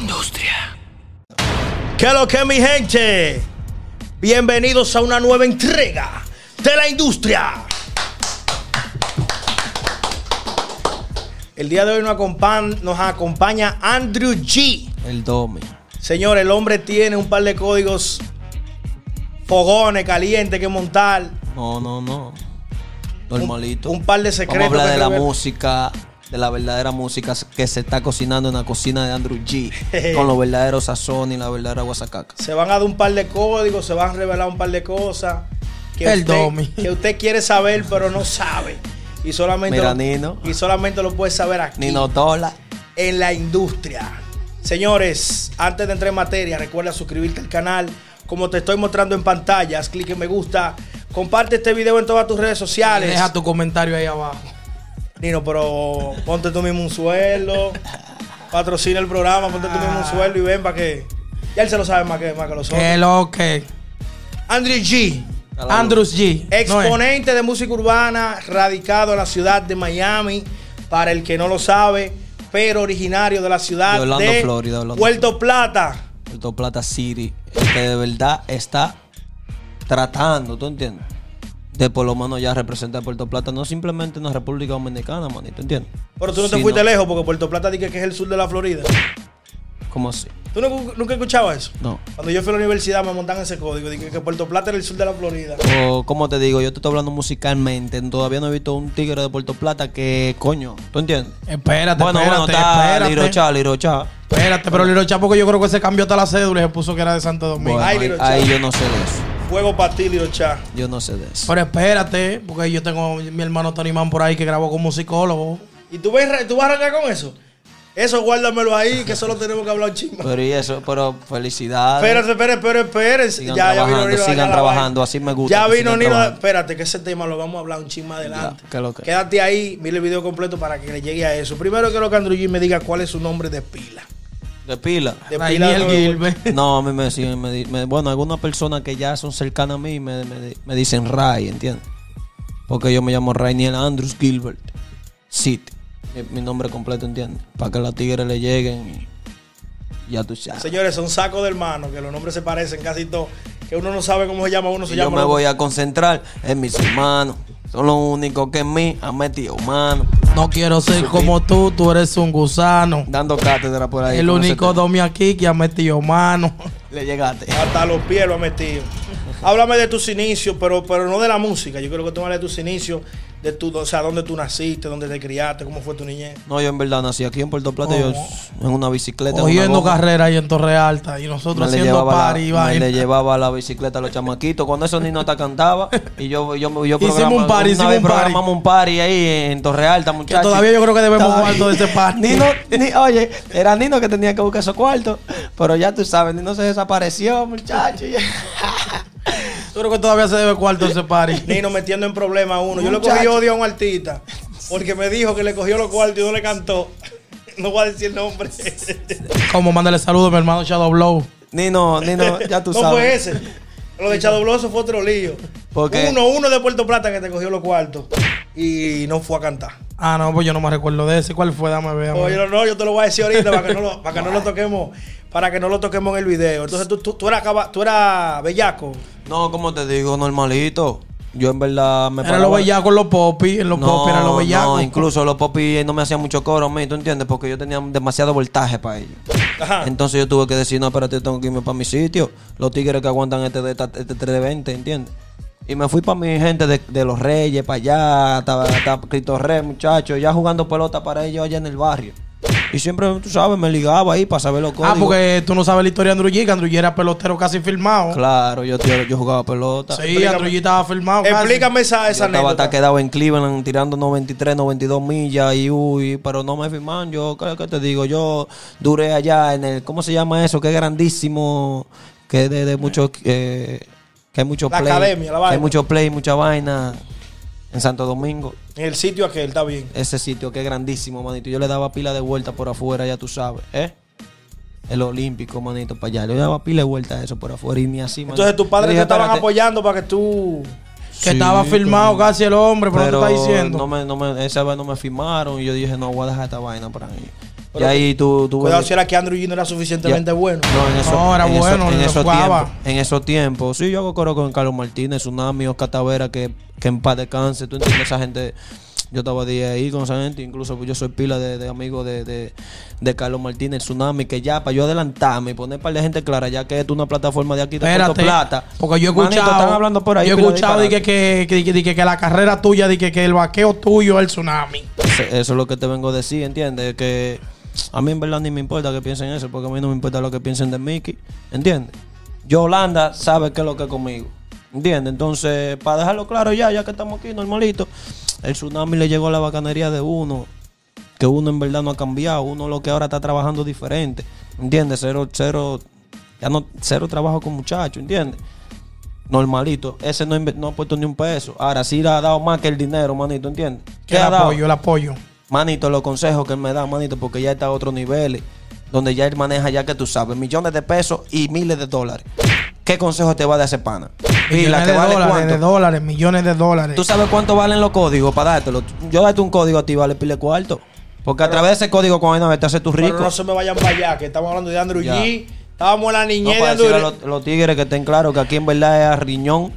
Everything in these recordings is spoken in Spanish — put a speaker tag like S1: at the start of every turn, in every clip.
S1: Industria.
S2: ¿Qué lo que mi gente? Bienvenidos a una nueva entrega de la industria. El día de hoy nos acompaña, nos acompaña Andrew G.
S3: El Domi.
S2: Señor, el hombre tiene un par de códigos fogones calientes que montar.
S3: No, no, no.
S2: Un-
S3: Normalito.
S2: Un, par de
S3: Vamos a
S2: secretos.
S3: hablar
S2: que
S3: de la
S2: revelar.
S3: música, de la verdadera música que se está cocinando en la cocina de Andrew G. con los verdaderos sazón y la verdadera guasacaca.
S2: Se van a dar un par de códigos, se van a revelar un par de cosas que,
S4: El
S2: usted,
S4: domi.
S2: que usted quiere saber, pero no sabe. Y solamente,
S3: Mira,
S2: lo,
S3: Nino.
S2: y solamente lo puede saber aquí.
S3: Ni no tola.
S2: en la industria. Señores, antes de entrar en materia, recuerda suscribirte al canal. Como te estoy mostrando en pantalla, haz clic en me gusta. Comparte este video en todas tus redes sociales.
S4: Deja tu comentario ahí abajo.
S2: Nino, pero ponte tú mismo un sueldo. Patrocina el programa, ponte tú mismo un sueldo y ven para que. Ya él se lo sabe más que, más que los
S4: Ah. Que
S2: otros.
S4: lo que.
S2: Andrew G.
S4: Andrews G. No es.
S2: Exponente de música urbana, radicado en la ciudad de Miami, para el que no lo sabe, pero originario de la ciudad de,
S3: De Orlando, Florida, Orlando,
S2: Puerto Plata.
S3: Puerto Plata City. el que de verdad está tratando, ¿tú entiendes? De por lo menos ya representar a Puerto Plata, no simplemente en la República Dominicana, manito, ¿entiendes?
S2: Pero tú no te
S3: Sino-
S2: fuiste lejos porque Puerto Plata dice que es el sur de la Florida.
S3: ¿Cómo así?
S2: ¿Tú no- nunca, escuchabas eso?
S3: No.
S2: Cuando yo fui a la universidad me montan ese código, dije que Puerto Plata era el sur de la Florida.
S3: O, como te digo, yo te estoy hablando musicalmente. Todavía no he visto un tigre de Puerto Plata que, coño, ¿tú entiendes?
S4: Espérate,
S3: bueno,
S4: espérate,
S3: bueno, está
S4: espérate.
S3: Lirocha, Lirocha.
S4: Espérate, pero Lilo Chapo, yo creo que se cambió hasta la cédula y se puso que era de Santo Domingo.
S3: Bueno,
S2: Ay,
S3: ahí,
S2: Lirocha.
S3: ahí yo no sé de eso.
S2: Fuego para ti, Lilo Chá.
S3: Yo no sé de eso.
S4: Pero espérate, porque yo tengo mi hermano Tony Man por ahí que grabó como psicólogo.
S2: ¿Y tú, ves- tú vas a arrancar con eso? Eso guárdamelo ahí, que solo tenemos que hablar un chisme.
S3: Pero y eso, pero felicidades.
S2: Espérate, espérate, espérate, espérate.
S3: Sigan trabajando, sigan
S2: acá la
S3: trabajando,
S2: vaina.
S3: así me gusta
S2: Ya
S3: que
S2: vino
S3: sigan
S2: Nino.
S3: trabajando.
S2: Espérate, que ese tema lo vamos a hablar un chisme adelante.
S3: Ya, que lo que-
S2: Quédate ahí, mire el video completo para que le llegue a eso. Primero quiero que Andrew G me diga cuál es su nombre de pila.
S3: De pila.
S2: De
S4: Daniel
S2: no-
S4: Gilbert.
S3: No, a mí me decían, me di- me- bueno, algunas personas que ya son cercanas a mí me, me di- me dicen Ray, ¿entiendes? Porque yo me llamo Rainiel Andrews Gilbert City. Mi, mi nombre completo, ¿entiendes? Para que los tigres le lleguen y ya tú sabes.
S2: Señores, son sacos de hermanos, que los nombres se parecen casi todos. Que uno no sabe cómo se llama uno, se
S3: Y
S2: llama
S3: yo me
S2: otro.
S3: voy a concentrar en mis hermanos. Son los únicos que en mí han metido mano.
S4: No quiero ser como tú, tú eres un gusano.
S3: Dando cátedra por ahí.
S4: El
S3: con ese
S4: único
S3: tema.
S4: Domi aquí que ha metido mano.
S3: Le llegaste.
S2: Hasta los pies lo ha metido. Háblame de tus inicios, pero, pero no de la música. Yo quiero que tú me hables de tus inicios, de tu, o sea, dónde tú naciste, dónde te criaste, cómo fue tu niñez.
S3: No, yo en verdad nací aquí en Puerto Plata. Yo en una bicicleta. en una
S4: Oh. Cogiendo
S3: goma.
S4: carrera ahí en Torre Alta y nosotros
S3: Me le,
S4: haciendo
S3: llevaba
S4: party y
S3: la, me
S4: vaina.
S3: le llevaba la bicicleta a los chamaquitos. Cuando esos niños te cantaba. Y yo, yo, yo,
S4: Hicimos
S3: programa-
S4: un party,
S3: una
S4: hicimos
S3: vez
S4: un party.
S3: programamos un party ahí en Torrealta, muchachos.
S4: todavía yo creo que debemos cuarto de ese party.
S3: Nino, ni- oye, era Nino que tenía que buscar esos cuartos. Pero ya tú sabes, Nino se desapareció, muchachos.
S4: Yo creo que todavía se debe cuarto ese party.
S2: Nino metiendo en problemas a uno. Yo le cogí
S3: Muchacho.
S2: odio a un artista porque me dijo que le cogió los cuartos y no le cantó. No voy a decir el nombre.
S4: Como mándale saludos a mi hermano Shadow Blow.
S3: Nino, Nino, ya tú
S2: no
S3: sabes.
S2: fue ese. Lo de Chadobloso fue otro lío.
S3: Porque-
S2: Uno, uno de Puerto Plata que te cogió los cuartos y no fue a cantar.
S4: Ah, no, pues yo no me recuerdo de ese. ¿Cuál fue? Dame ver.
S2: Oye,
S4: Oye,
S2: no, no, yo te lo voy a decir ahorita para que no lo, para que no lo toquemos, para que no lo toquemos en el video. Entonces tú, tú, tú eras caba- tú eras bellaco.
S3: No, como te digo, normalito. Yo en verdad me
S4: Era los bellacos, los popis. Los popis eran los bellacos.
S3: No, incluso los popis no me hacían mucho coro a mí, ¿tú entiendes? Porque yo tenía demasiado voltaje para ellos.
S2: Ajá.
S3: Entonces yo tuve que decir, no, espérate, yo tengo que irme para mi sitio. Los tigres que aguantan este, de- esta- este 320, ¿entiendes? Y me fui para mi gente de, de los Reyes, para allá, hasta, hasta Cristo Rey, muchachos, ya jugando pelota para ellos allá en el barrio. Y siempre, tú sabes, me ligaba ahí para saber los códigos.
S4: Ah, porque tú no sabes la historia de Andrew G, que Andrew G era pelotero casi firmado.
S3: Claro, yo, yo, yo jugaba pelota.
S4: Sí, Andrew G estaba firmado. casi.
S2: Explícame esa, esa
S3: yo estaba
S2: anécdota.
S3: hasta quedado en Cleveland tirando 93, 92 millas y uy, pero no me firman. Yo, ¿qué, qué te digo? Yo duré allá en el, ¿cómo se llama eso? Que es grandísimo, que es de, de muchos, eh, que hay mucho
S2: La
S3: play.
S2: academia, la
S3: que hay
S2: vaina.
S3: mucho play, mucha vaina en Santo Domingo.
S2: En el sitio aquel, está bien.
S3: Ese sitio que es grandísimo, manito. Yo le daba pila de vuelta por afuera, ya tú sabes, ¿eh? El olímpico, manito, para allá. Yo le daba pila de vuelta a eso por afuera y ni así, manito.
S2: Entonces tus
S3: Yo
S2: padres te
S3: dije,
S2: estaban
S3: "Espérate".
S2: apoyando para que tú.
S4: Que estaba
S3: Sí,
S4: firmado
S3: claro.
S4: casi el hombre, pero, no te está diciendo.
S3: no me, no me- esa vez no me firmaron y yo dije, no, voy a dejar esta vaina para mí. y ahí tú, tú
S2: Cuidado
S3: ves-
S2: si era que Andrew G no era suficientemente
S3: Ya.
S2: bueno.
S3: No, en esos,
S4: No, era
S3: en esos-
S4: bueno,
S3: en
S4: lo
S3: esos
S4: jugaba.
S3: tiempos. En esos tiempos. Sí, yo hago coro con Carlos Martínez, Tsunami, Oscar Tavera, que, que en paz descanse. Tú entiendes, esa gente. Yo estaba de ahí con esa gente, incluso pues, yo soy pila de, de amigos de, de, de Carlos Martínez, Tsunami, que ya para yo adelantarme y poner par de gente clara, ya que esto es una plataforma de aquí de Puerto
S4: Espérate,
S3: Plata.
S4: porque yo he
S3: Manito,
S4: escuchado,
S3: están hablando por ahí.
S4: yo he
S3: pila de
S4: escuchado de que, que,
S3: disparate.
S4: que- de que- que la carrera tuya, de que, que el vaqueo tuyo es el tsunami.
S3: Eso, eso es lo que te vengo a decir, ¿entiendes? Que a mí en verdad ni me importa que piensen eso, porque a mí no me importa lo que piensen de Mickey, ¿entiendes? Yolanda sabe qué es lo que es conmigo, ¿entiendes? Entonces, para dejarlo claro ya, ya que estamos aquí, normalito, el tsunami le llegó a la bacanería de uno, que uno en verdad no ha cambiado, uno lo que ahora está trabajando diferente, ¿entiendes? Cero, cero, ya no, cero trabajo con muchachos, ¿entiendes? normalito. Ese no, inve- no ha puesto ni un peso. Ahora sí le ha dado más que el dinero, manito, ¿entiendes? ¿Qué
S4: El
S3: ha dado?
S4: apoyo, el apoyo.
S3: Manito, los consejos que él me da, manito, porque ya está a otros niveles. Donde ya él maneja, ya que tú sabes, millones de pesos y miles de dólares. ¿Qué consejo te va de ese pana? Pila,
S4: Millones
S3: que
S4: de
S3: vale
S4: dólares,
S3: cuánto.
S4: de dólares, millones de dólares.
S3: ¿Tú sabes cuánto valen los códigos para dártelo? Yo darte un código a ti, vale pile cuarto. Porque a través de ese código, con no, te hace tu rico.
S2: Pero no se me vayan para allá, que estamos hablando de Andrew
S3: Ya.
S2: G. Estábamos en la
S3: No,
S2: niñez de
S3: para
S2: Andrew
S3: decirle a los, los tigres que estén claros que aquí en verdad es a riñón,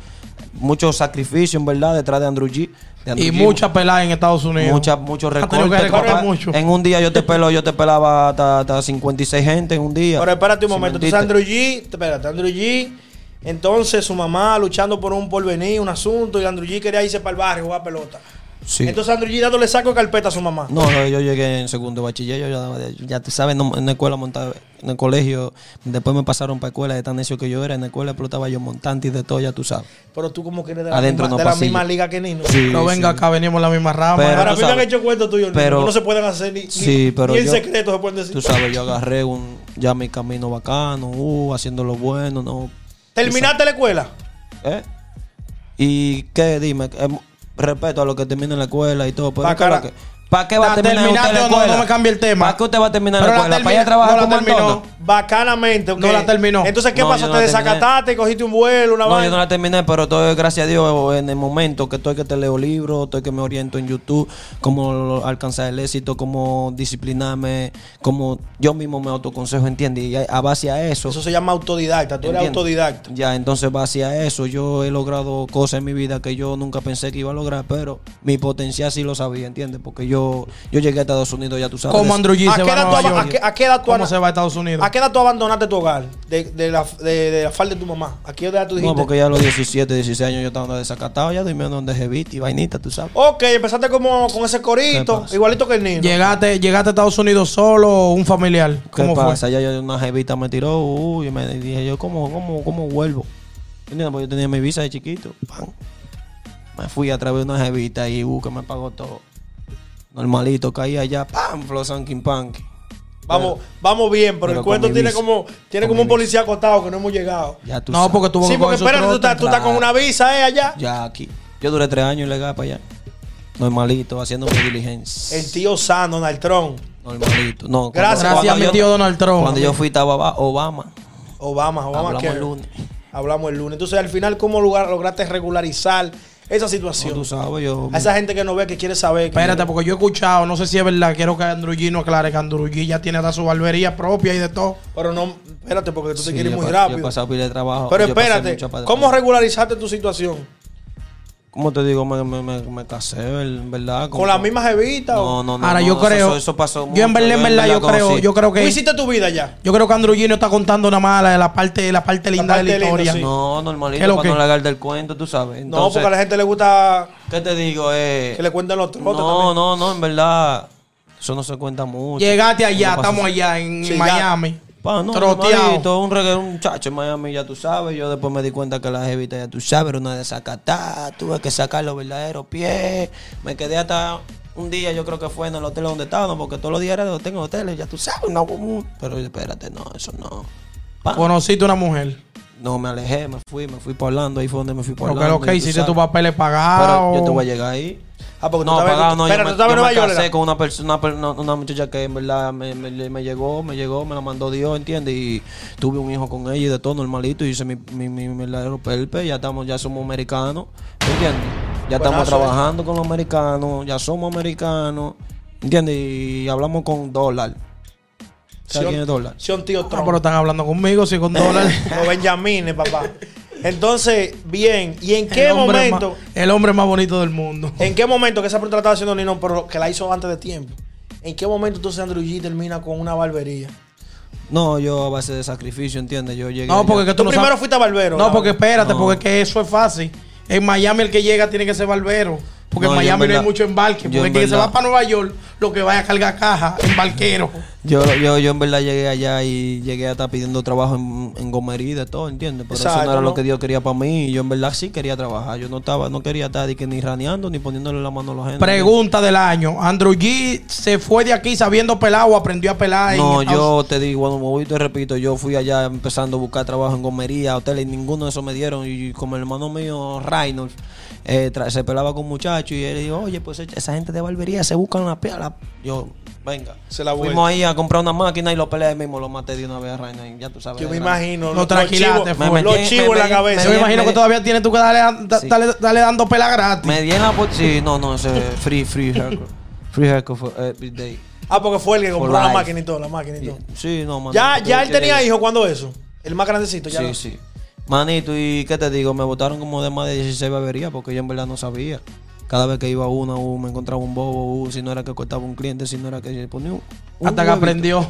S3: mucho sacrificio en verdad detrás de Andrew G. de Andrew
S4: y
S3: G,
S4: muchas peladas en Estados Unidos.
S3: mucha- muchos
S4: Ha tenido que
S3: recortes.
S4: recorrer
S3: papá.
S4: mucho.
S3: En un día yo te pelo, yo te pelaba hasta, hasta 56 gente en un día.
S2: Pero espérate un
S3: Si
S2: momento.
S3: me
S2: Entonces Andrew
S3: entiendes.
S2: G, espérate, Andrew G, entonces su mamá luchando por un porvenir, un asunto, y Andrew G quería irse para el barrio a jugar pelota.
S3: Sí.
S2: Entonces Andrew G dándole saco de carpeta a su mamá.
S3: No, no, yo llegué en segundo de bachiller, yo ya, daba de- ya tú sabes, no- en la escuela montaba, en el colegio, después me pasaron para escuela de tan necio que yo era, en la escuela explotaba yo montante y de todo, ya tú sabes.
S2: Pero tú como que eres de la,
S3: Adentro
S2: misma,
S3: no
S2: de la
S3: pasillo.
S2: misma liga que Nino.
S3: Sí,
S4: no venga
S3: sí.
S4: acá, venimos en la misma rama.
S3: Pero-
S2: Ahora a
S3: tú
S2: mí me han
S3: sabes.
S2: hecho cuentos tuyos, Nino,
S3: Pero-
S2: que no se pueden hacer ni, ni-
S3: Sí, pero
S2: ni en
S3: yo-
S2: secreto se pueden decir.
S3: Tú sabes, yo agarré un, ya mi camino bacano, uh, haciendo lo bueno, no.
S2: ¿Terminaste la escuela?
S3: ¿Eh? ¿Y qué? Dime, em, respeto a lo que termina en la escuela y todo. Pero
S2: Pa'
S3: ¿qué va
S2: cara-
S3: que- ¿Para qué va a
S4: La
S3: terminar usted
S4: terminaste
S3: la
S4: o no,
S3: escuela?
S4: no me cambie el tema.
S3: ¿Para qué usted va a terminar
S4: Pero
S3: la
S4: la
S3: escuela? ¿Para ir
S4: termi-
S3: a trabajar
S4: no la
S3: como
S4: terminó.
S3: McDonald's?
S2: Bacanamente. ok.
S4: No la terminó.
S2: Entonces, ¿qué
S3: No,
S2: pasó?
S3: yo no
S2: ¿Te
S3: la terminé.
S2: desacataste? ¿Cogiste un vuelo, una
S3: No, yo no
S2: vaina?
S3: la terminé, pero estoy, gracias a Dios, en el momento que estoy que te leo libros, estoy que me oriento en YouTube, cómo lo- alcanzar el éxito, cómo disciplinarme, cómo yo mismo me autoconsejo, ¿entiendes? Y a, a base a eso.
S2: Eso se llama autodidacta. Tú eres
S3: ¿Entiendes?
S2: autodidacta.
S3: Ya, entonces va hacia eso. Yo he logrado cosas en mi vida que yo nunca pensé que iba a lograr, pero mi potencial sí lo sabía, ¿entiendes? Porque yo, yo llegué a Estados Unidos, ya tú sabes.
S4: ¿Cómo Andrew G
S2: ¿A
S4: se
S2: qué
S4: va a
S2: edad
S4: Nueva
S2: tú-
S4: York?
S2: a qué- a qué edad tú
S4: ¿Cómo
S2: ana-
S4: se va a Estados Unidos?
S2: ¿A qué edad tú abandonaste tu hogar? De, de la, de, de la falda de tu mamá. ¿A qué edad tú
S3: No,
S2: dijiste?
S3: porque ya a los 17, 16 años yo estaba desacatado, ya dormía donde jevita y vainita, tú sabes.
S2: Ok, empezaste como con ese
S3: ¿Qué
S2: corito,
S3: pasa?
S2: igualito que el niño.
S4: Llegaste, llegaste a Estados Unidos solo o un familiar.
S3: ¿Qué
S4: ¿Cómo fue?
S3: pasa? Ya yo- una jevita me tiró, uy, y me y dije yo, ¿cómo, cómo, cómo vuelvo? ¿Entiendes? Porque yo tenía mi visa de chiquito. Pan. Me fui a través de una jevita y uh, que me pagó todo. Normalito, caí allá, pam, flow sankin panky.
S2: Vamos, vamos bien, pero,
S3: pero
S2: el
S3: con
S2: cuento
S3: mi
S2: tiene
S3: visa.
S2: como, tiene
S3: Con
S2: como
S3: mi
S2: un policía acostado que no hemos llegado.
S3: Ya tú
S4: No,
S3: sabes.
S4: porque tuvo
S2: sí,
S4: que
S2: porque
S4: coger su
S2: espérate, tú
S4: trote.
S2: estás, tú estás con una visa, ¿eh? Allá.
S3: Ya aquí. Yo duré tres años ilegal para allá. Normalito, haciendo mi diligencia.
S2: El tío San, Donald Trump,
S3: Normalito. No,
S2: Gracias,
S3: cuando-
S4: Gracias a
S3: cuando
S4: mi
S3: yo-
S4: tío Donald Trump.
S3: Cuando yo fui estaba Oba- Obama.
S2: Obama, Obama
S3: Hablamos
S2: que-
S3: el lunes.
S2: Hablamos el lunes. Entonces, al final, ¿cómo lugar- lograste regularizar esa
S3: No,
S2: situación?
S3: tú sabes, yo...
S2: a esa gente que no ve, que quiere saber. que-
S4: Espérate, porque yo he escuchado, no sé si es verdad, quiero que Andrew G no aclare que Andrew G ya tiene hasta su barbería propia y de todo.
S2: Pero no, espérate, porque tú
S3: Sí,
S2: te quieres ir
S3: yo
S2: muy
S3: pa- Yo he
S2: rápido.
S3: pasado pila de trabajo.
S2: Pero
S3: yo pasé
S2: espérate,
S3: mucho pa-
S2: ¿cómo regularizaste tu situación?
S3: ¿Cómo te digo? Me, me, me, me casé, en verdad.
S2: ¿Con la misma jevita?
S3: No,
S2: o-
S3: no, no.
S4: Ahora
S3: no,
S4: yo
S3: eso-
S4: creo.
S3: Eso, pasó
S4: Yo en
S3: mucho,
S4: verdad, en verdad, yo creo,
S3: conocí.
S4: yo creo que.
S2: ¿Tú hiciste tu vida ya?
S4: Yo creo que Andrew G no está contando nada más la, la parte, la parte linda
S2: parte
S4: de la
S2: linda,
S4: historia.
S2: sí.
S4: ¿Qué
S3: No,
S4: lo
S3: normalito,
S4: que?
S3: para no largar del cuento, tú sabes.
S2: no,
S3: Entonces,
S2: porque a la gente le gusta
S3: ¿qué te digo? Eh,
S2: que le cuenten los
S3: no,
S2: trotes también.
S3: no, no, en verdad, eso no se cuenta mucho.
S4: Llegaste allá,
S3: No pasa
S4: estamos allá en
S2: Sí, ya.
S4: Miami.
S3: Pa, no,
S4: Troteado.
S3: normalito, un reggae, un chacho en Miami, ya tú sabes. Yo después me di cuenta que la jevita, ya tú sabes, era una desacatada. Tuve que sacar los verdaderos pies. Me quedé hasta un día, yo creo que fue en el hotel donde estábamos, porque todos los días era de hotel en hotel, ya tú sabes. No, uh, pero espérate, no, eso no. Pa,
S4: Conociste una mujer.
S3: no, me alejé, me fui, me fui para Orlando. Ahí fue donde me fui para
S4: Porque
S3: Orlando.
S4: lo que
S3: ya tú
S4: hiciste tus
S3: sabes.
S4: papeles
S3: Pero
S4: pagados.
S3: yo te voy a llegar ahí.
S2: Ah, porque tú
S3: no,
S2: estabas-
S3: pagado, no,
S2: Espera,
S3: yo me,
S2: ¿tú estabas en
S3: yo me
S2: Nueva York,
S3: casé
S2: era?
S3: con una persona, una, per- una- una muchacha que en verdad me, me- me llegó, me llegó, me la mandó Dios, ¿entiendes? Y tuve un hijo con ella y de todo normalito, y hice mi, mi, mi, mi verdadero pelpe, ya estamos, ya somos americanos, ¿entiendes?
S2: Buenazo, eh.
S3: Ya estamos trabajando con los americanos, ya somos americanos, ¿entiendes? Y hablamos con dólar. ¿Sabes quién es dólar?
S2: Sion tío
S4: Ah,
S2: Trump.
S4: pero están hablando conmigo, si con dólares.
S2: Los Benjamines, papá. Entonces, bien, ¿y en qué
S4: El hombre
S2: momento?
S4: más- el hombre más bonito del mundo.
S2: ¿En qué momento que esa pregunta la estaba haciendo Nino, pero que la hizo antes de tiempo? ¿En qué momento entonces Andrew G termina con una barbería?
S3: No, yo a base de sacrificio, ¿entiendes? Yo llegué.
S4: No,
S3: allá.
S4: porque que tú,
S2: Tú
S4: no
S2: primero
S4: sabes-
S2: fuiste a barbero,
S4: No,
S2: la
S4: porque
S2: verdad.
S4: espérate,
S3: No.
S4: porque es que eso es fácil. En Miami el que llega tiene que ser barbero. Porque en
S3: No, yo en
S4: Miami no hay
S3: verdad-
S4: mucho embarque.
S3: yo
S4: Porque
S3: en
S4: quien se
S3: verdad-
S4: va para Nueva York, lo que vaya a cargar caja, embarquero.
S3: Yo, yo, yo en verdad llegué allá y llegué a estar pidiendo trabajo en, en gomería y de todo, ¿entiendes? Pero eso
S2: Exacto,
S3: no era
S2: ¿no?
S3: lo que Dios quería para mí. Yo en verdad sí quería trabajar. Yo no estaba, no quería estar de que ni raneando ni poniéndole la mano a la gente.
S4: Pregunta del año. Andrew G se fue de aquí sabiendo pelar o aprendió a pelar. en
S3: No,
S4: Estados-
S3: yo te digo, cuando me voy, te repito, yo fui allá empezando a buscar trabajo en gomería, hoteles, y ninguno de esos me dieron. Y como el hermano mío, Reynolds, eh, tra- se pelaba con un muchacho y él dijo, oye, pues esa gente de barbería se buscan la pela. Yo, venga.
S2: Se la
S3: Fuimos
S2: vuelta.
S3: ahí a comprar una máquina y lo peleé ahí mismo, lo maté de una vez a Reynolds, ya tú sabes.
S2: Yo me
S3: Reynolds.
S2: imagino.
S4: Lo
S2: los-
S4: tranquilaste,
S2: los
S3: me
S2: chivos, los
S3: metí-
S2: chivos
S3: me
S2: en la
S3: metí-
S2: cabeza.
S4: Yo me
S3: me-
S4: imagino
S3: me-
S4: que todavía tienes tú que darle, da-
S3: Sí.
S4: dale- dale dando pela gratis.
S3: Me dieron la por- Sí, no, no, ese free, free haircut. Free haircut for every day.
S2: Ah, porque fue el que compró
S3: Por
S2: la
S3: life.
S2: máquina y todo, la máquina y todo.
S3: Sí, no, mano.
S2: Ya,
S3: tú
S2: ya él
S3: quieres-
S2: tenía hijos cuando eso. El más grandecito, ya.
S3: Sí,
S2: lo-
S3: sí. Manito, ¿y qué te digo? Me votaron como de más de 16 barberías porque yo en verdad no sabía. Cada vez que iba a una, uh, me encontraba un bobo, uh, si no era que cortaba un cliente, si no era que ponía un. un
S4: Hasta que
S3: huevito.
S4: aprendió.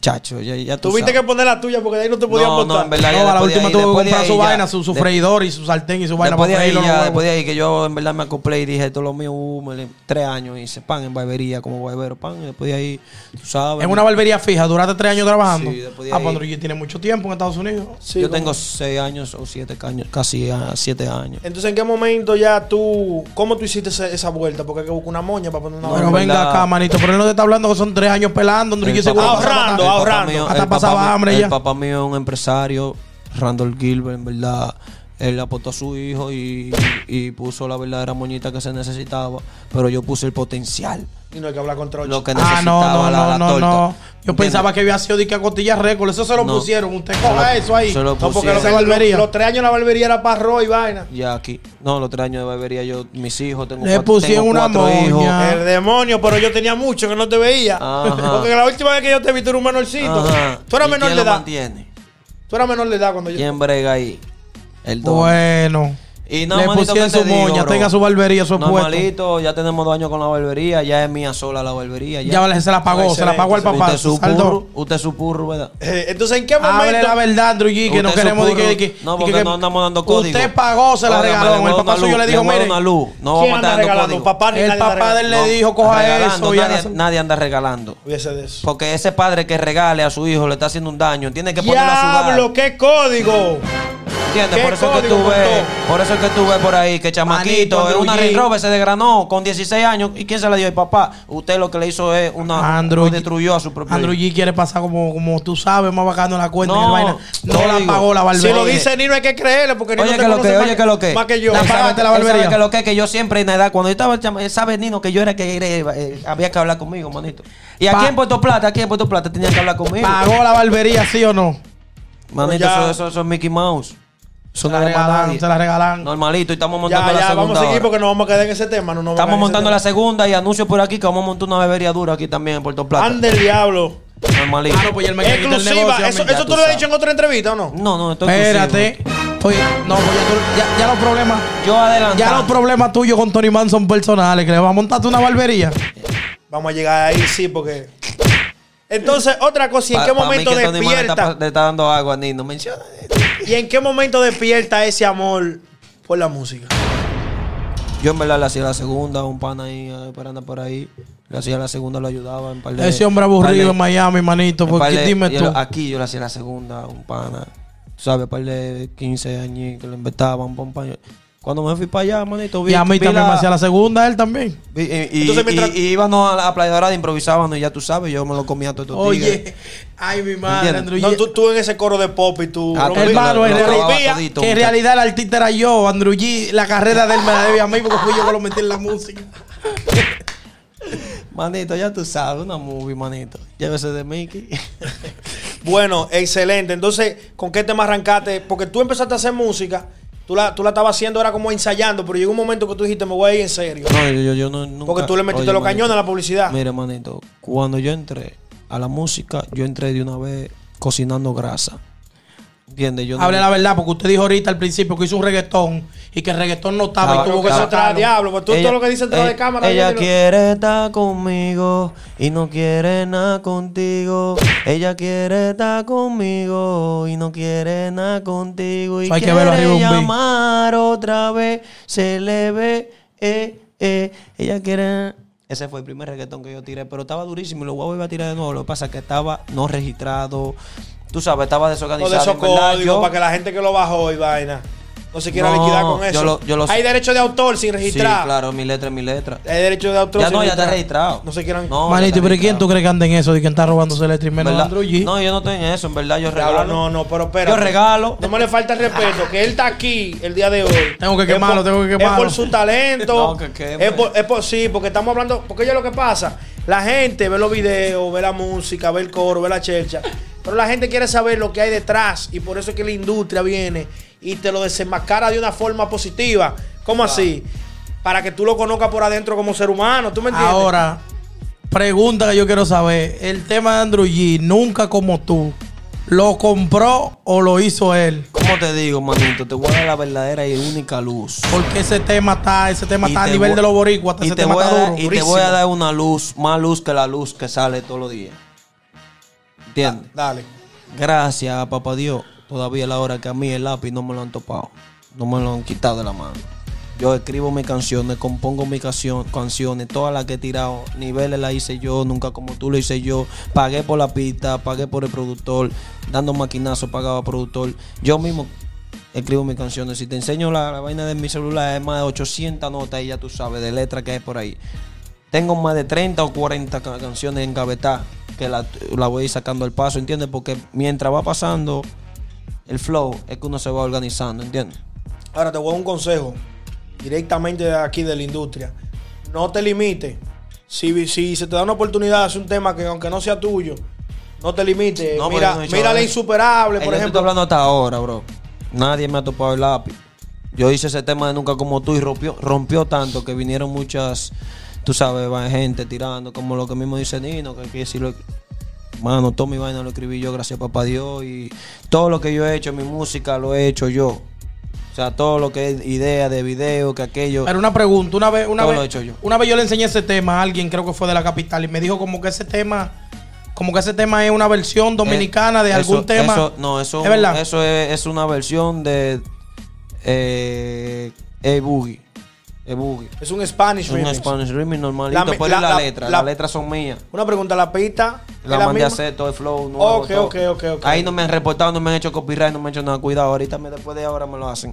S3: Chacho, ya, ya tú
S2: Tuviste que
S3: sabes.
S2: poner la tuya porque de ahí no te podían
S3: No, no,
S2: botar.
S3: en verdad.
S4: No,
S3: ya
S4: a la
S3: después de
S4: última
S3: ahí-
S4: tuvo que
S3: después de
S4: comprar su
S3: ahí ya-
S4: vaina, su, su
S3: de-
S4: freidor y su sartén y su vaina
S3: Después de
S4: para
S3: ahí,
S4: freír los
S3: ya,
S4: huevos.
S3: después de ahí que yo en verdad me acoplé y dije, esto es lo mío, uh, me le- tres años hice pan en barbería como barbero, pan, y después de ahí, tú sabes.
S4: En una barbería fija, duraste tres años trabajando.
S3: Sí, después de
S4: ah,
S3: ahí-
S4: pues Andrew G tiene mucho tiempo en Estados Unidos.
S2: Sí,
S3: yo
S2: como-
S3: tengo seis años o siete años, casi ah, siete años.
S2: Entonces, ¿en qué momento ya tú. ¿Cómo tú hiciste esa, esa vuelta? Porque hay que buscar una moña para poner una
S4: Bueno,
S3: en
S2: vaina.
S4: venga
S3: verdad.
S4: acá, manito. Pero él no te está hablando que son tres años pelando. Andrew
S3: El
S4: G seguro
S3: papá-
S4: pasa para
S2: Ahorrando,
S4: acá.
S2: ahorrando.
S3: El papá mío-
S4: Hasta
S3: el papá
S4: pasaba
S3: mío-
S4: hambre ya.
S3: El papá mío es un empresario, Randall Gilbert, en verdad. Él apostó a su hijo y, y puso la verdadera moñita que se necesitaba, pero yo puse el potencial,
S2: Y no hay que hablar contra ocho.
S3: lo que necesitaba
S4: Ah, no, no,
S3: la, la
S4: no, no,
S3: torta.
S4: no. Yo
S3: ¿Entiendes?
S4: pensaba que había sido de que a costilla récord. Eso se lo
S3: No.
S4: pusieron. Usted coja eso ahí.
S3: se lo
S2: No, porque
S3: pusieron.
S2: lo que-
S4: Esa barbería.
S2: los tres años en la barbería era parro y vaina.
S3: Ya aquí. No, los tres años de barbería yo, mis hijos, tengo
S4: Le
S3: cuatro,
S4: pusieron
S3: tengo
S4: una
S3: cuatro
S4: moña.
S3: hijos.
S4: Ah.
S2: El demonio, pero yo tenía mucho que no te veía.
S3: Ajá.
S2: Porque la última vez que yo te vi, tú eras un menorcito.
S3: Ajá.
S2: Tú eras
S3: ¿Y
S2: menor
S3: quién
S2: de
S3: lo
S2: edad.
S3: mantiene?
S2: Tú eras menor de edad cuando yo.
S3: ¿Quién brega ahí? El don.
S4: Bueno.
S3: Y no,
S4: Le
S3: manito,
S4: pusieron
S3: ¿qué
S4: su
S3: te digo,
S4: moña,
S3: bro?
S4: tenga su barbería, eso es
S3: No,
S4: puesto.
S3: malito, ya tenemos dos años con la barbería, ya es mía sola la barbería.
S4: Ya vale, se la pagó, se la pagó al papá.
S3: Usted es su
S4: Saldo.
S3: purro, usted es su purro, ¿verdad?
S2: Eh, entonces, ¿en qué
S4: Hable
S2: momento?
S4: la verdad, Andrew G, que
S3: Usted
S4: no
S3: se
S4: queremos de que,
S3: ocurre-
S4: de que-
S3: No,
S4: de
S3: porque
S4: que-
S3: no andamos dando código.
S4: Usted pagó, se la
S3: Óigame, le
S4: regalaron. El
S3: voy a dar
S4: papá
S3: una
S4: suyo
S3: luz,
S4: le dijo,
S3: voy a dar
S4: mire,
S3: una luz. No
S2: ¿Quién
S3: vamos a
S2: anda
S3: estar dando
S2: regalando?
S3: código.
S2: Papá ni
S4: el
S2: nadie anda
S4: papá de él
S2: regalando.
S4: le dijo, coja
S3: regalando,
S4: eso. ya
S3: nadie,
S4: no se-
S3: nadie anda regalando.
S2: Hubiese de eso.
S3: Porque ese padre que regale a su hijo le está haciendo un daño. Tiene que ponerlo a sudar.
S2: Diablo, qué código.
S3: ¿Entiendes?
S2: ¿Qué
S3: Por eso es que tú
S2: código
S3: ves,
S2: montó?
S3: por eso es que tú ves por ahí que
S4: Manito,
S3: chamaquito es una
S4: Andrew G.
S3: Range Rover, se desgranó con 16 años. ¿Y quién se la dio? El papá. Usted lo que le hizo es una...
S4: Andrew
S3: lo
S4: G-
S3: destruyó a su propio
S4: Andrew
S3: hijo.
S4: G quiere pasar como, como tú sabes, más bacano la cuenta.
S3: No,
S4: y vaina. no
S3: te
S4: la
S3: digo,
S4: pagó la
S2: Si
S4: barbería.
S2: lo dice Nino, hay que creerle porque Nino
S3: Oye,
S2: te
S3: que lo
S2: conoce
S3: que,
S2: más
S3: oye, que lo que.
S2: Más que yo.
S3: La
S4: Él sabe-
S3: pagaste la
S4: él
S3: barbería.
S4: sabe que
S3: que lo que, que yo siempre en la edad, cuando yo estaba chama, él sabe Nino que yo era que era, eh, había que hablar conmigo, manito. Y
S4: Pa-
S3: aquí en Puerto Plata, aquí en Puerto Plata tenía que hablar conmigo.
S4: ¿Pagó la barbería, sí o no?
S3: manito,
S2: Ya.
S3: eso, eso, eso es Mickey Mouse.
S4: Se
S3: Eso no
S4: la
S3: es más
S4: regalan, se
S3: nadie.
S4: la regalan.
S3: Normalito, y estamos montando
S2: Ya,
S3: la
S2: ya,
S3: segunda.
S2: vamos a seguir
S3: ahora.
S2: porque nos vamos a quedar en ese tema. No, nos vamos a
S3: Estamos
S2: quedar en
S3: montando la
S2: ese
S3: segunda y anuncio por aquí que vamos a montar una bebería dura aquí también en Puerto
S2: tema.
S3: Plata.
S2: Ande el diablo.
S3: Normalito.
S4: Ah, no, pues ya el me quita el negocio.
S2: Exclusiva.
S4: a mí.
S2: Eso,
S3: ya
S2: eso tú
S3: tú
S2: lo has
S3: sabes.
S2: dicho en otra entrevista o no?
S3: No, no, esto es
S4: Espérate.
S3: exclusivo.
S4: Oye, no, pues ya, tú- ya- ya los problemas.
S3: Yo adelanté.
S4: Ya los problemas tuyos con Tony Mann son personales, que le vas a montarte una barbería.
S2: Vamos a llegar ahí, sí, porque. Entonces, otra cosa, ¿y en
S3: Pa-
S2: qué
S3: pa' mí
S2: momento
S3: que Tony Mann le está
S2: despierta?
S3: pa- Le está dando agua a Nino. Menciona.
S2: ¿Y en qué momento despierta ese amor por la música?
S3: Yo en verdad le hacía la segunda, un pana ahí, eh, para andar por ahí. Le hacía la segunda, lo ayudaba. en par de-
S4: Ese hombre
S3: par de-
S4: aburrido en Miami, manito.
S3: en par
S4: Porque
S3: de-
S4: dime
S3: yo
S4: tú.
S3: lo- Aquí yo le hacía la segunda, un pana. Tú sabes, par de 15 años que lo inventaban, pam, pam. Cuando me fui para allá, manito, vi.
S4: Y a mí
S3: vi
S4: también
S3: la-
S4: me hacía la segunda, él también.
S3: vi- Y, y-
S2: Entonces,
S3: y-
S2: mientras-
S3: y íbamos a la a Playa Dorada, improvisábamos, y ya tú sabes, yo me lo comía todo estos tigres.
S4: ay, mi
S3: ¿Entiendes?
S4: Andrew
S2: No,
S4: G.
S2: tú, tú en ese coro de pop y tú.
S3: Ah,
S2: rompías,
S4: Hermano,
S3: Lo-
S4: en
S3: lo
S4: realidad-
S3: acababa
S2: rompías.
S3: todito,
S4: que en
S3: muchacho.
S4: realidad el artista era yo, Andrew G. La carrera de él me la debe a mí porque fui yo que lo metí en la música.
S3: Manito, ya tú sabes, una movie, manito. Llévese de Mickey.
S2: Bueno, excelente. Entonces, ¿con qué tema arrancaste? Porque tú empezaste a hacer música, tú la, tú la estabas haciendo, era como ensayando, pero llegó un momento que tú dijiste, me voy a ir en serio.
S3: No, yo, yo, yo no, nunca.
S2: Porque tú le metiste
S3: Oye,
S2: los
S3: manito,
S2: cañones a la publicidad.
S3: Mira, manito, cuando yo entré a la música, yo entré de una vez cocinando grasa. ¿Entiendes? Yo no-
S4: Hable la verdad, porque usted dijo ahorita al principio que hizo un reggaetón y que el reggaetón no estaba
S3: Estaba-
S4: y
S2: Pero
S4: tuvo
S2: que
S4: que
S2: eso
S3: Ah, Claro.
S2: trae
S4: sacarlo.
S2: diablo, pues tú
S3: Ella-
S2: todo lo que dices detrás de
S3: ey,
S2: cámara.
S3: Ella
S2: yo te lo-
S3: quiere estar conmigo y no quiere nada contigo. Ella quiere estar conmigo y no quiere nada contigo. Y
S4: Eso hay que
S3: quiere
S4: verlo arriba de un beat.
S3: llamar otra vez. Se le ve, eh, eh. Ella quiere. Ese fue el primer reggaetón que yo tiré, pero estaba durísimo y lo voy a volver a tirar de nuevo. Lo que pasa es que estaba no registrado. Tú sabes, estaba
S2: O de
S3: desorganizado.
S2: esos
S3: en verdad,
S2: códigos
S3: yo-
S2: para que la gente que lo bajó y vaina no se quiera
S3: No,
S2: liquidar con
S3: yo
S2: eso.
S3: lo- yo lo
S2: Hay
S3: sé.
S2: derecho de autor sin
S3: Sí,
S2: registrar.
S3: claro, mi letra, mi letra.
S2: Hay derecho de autor
S3: Ya
S2: sin
S3: no, ya está registrado.
S2: No se quieran.
S3: No, ya
S4: Manito,
S3: está
S4: pero ¿y ¿quién
S3: registrado.
S4: tú crees que anda en eso de quien está robándose el electric menos
S3: ¿Verdad?
S4: Andrew G?
S3: No, yo no estoy en eso, en verdad. Yo
S2: Diablo,
S3: regalo.
S2: no, no, pero espera.
S3: Yo regalo.
S2: No me le falta el respeto, que él está aquí el día de hoy.
S4: Tengo que
S2: Es por-
S4: quemarlo, tengo que
S2: Es
S4: quemarlo.
S2: por su talento.
S3: No, que queme.
S2: es, por, es por- sí, porque estamos hablando. Porque yo lo que pasa, la gente ve los videos, ve la música, ve el coro, ve la chercha. Pero la gente quiere saber lo que hay detrás. Y por eso es que la industria viene y te lo desenmascara de una forma positiva. ¿Cómo así? Para que tú lo conozcas por adentro como ser humano. ¿Tú me entiendes?
S4: Ahora, pregunta que yo quiero saber. El tema de Andrew G, nunca como tú, ¿lo compró o lo hizo él?
S3: ¿Cómo te digo, manito? Te voy a dar la verdadera y única luz.
S4: Porque ese tema está, ese tema
S3: Y
S4: está a
S3: te
S4: nivel
S3: voy-
S4: de los boricuas,
S3: y
S4: ese
S3: te
S4: tema
S3: voy a
S4: está
S3: dar-
S4: duro.
S3: Y te voy a dar una luz, más luz que la luz que sale todos los días. ¿Entiendes?
S2: Dale.
S3: Gracias, papá Dios. Todavía es la hora que a mí el lápiz no me lo han topado. No me lo han quitado de la mano. Yo escribo mis canciones, compongo mis cancio- canciones, todas las que he tirado. Niveles las hice yo, nunca como tú lo hice yo. Pagué por la pista, pagué por el productor. Dando maquinazo, pagaba productor. Yo mismo escribo mis canciones. Si te enseño la, la vaina de mi celular, es más de 800 notas y ya tú sabes, de letras que hay por ahí. Tengo más de 30 o 40 ca- canciones en gaveta que la, la voy a ir sacando al paso, ¿entiendes? Porque mientras va pasando el flow, es que uno se va organizando, ¿entiendes?
S2: Ahora te voy a dar un consejo directamente de aquí de la industria. No te limites. Si, si se te da una oportunidad de hacer un tema que aunque no sea tuyo, no te limites.
S3: No,
S2: mira,
S3: pero yo no he hecho
S2: mira la
S3: eso.
S2: insuperable,
S3: Eh,
S2: por
S3: yo estoy
S2: ejemplo.
S3: hablando hasta ahora, bro. Nadie me ha topado el lápiz. Yo hice ese tema de Nunca Como Tú y rompió, rompió tanto que vinieron muchas, tú sabes, va- gente tirando, como lo que mismo dice Nino, que hay que decirlo. Mano, toda mi vaina lo escribí yo, gracias a papá Dios. Y todo lo que yo he hecho, mi música, lo he hecho yo. O sea, todo lo que es idea de video, que aquello.
S4: Pero una pregunta, una vez, una
S3: Todo
S4: vez,
S3: lo he hecho yo.
S4: una vez yo le enseñé ese tema a alguien, creo que fue de la capital, y me dijo como que ese tema, como que ese tema es una versión dominicana de
S3: Eh,
S4: algún
S3: eso-
S4: tema.
S3: eso- no, eso
S4: es verdad.
S3: Eso es, es una versión de eh, Ey Boogie. Ey Boogie.
S2: Es un Spanish
S3: Un
S2: remix.
S3: Spanish remix normalito.
S2: La me-
S3: pues
S2: la-
S3: la,
S2: la-
S3: letra.
S2: la-
S3: Las letras son mías.
S2: Una pregunta, la pista. es
S3: La mandé
S2: misma?
S3: a hacer todo el flow. Nuevo,
S2: Ok,
S3: todo.
S2: ok, ok, ok.
S3: Ahí no me han reportado, no me han hecho copyright, no me han hecho nada. Cuidado, ahorita me- después de ahora me lo hacen.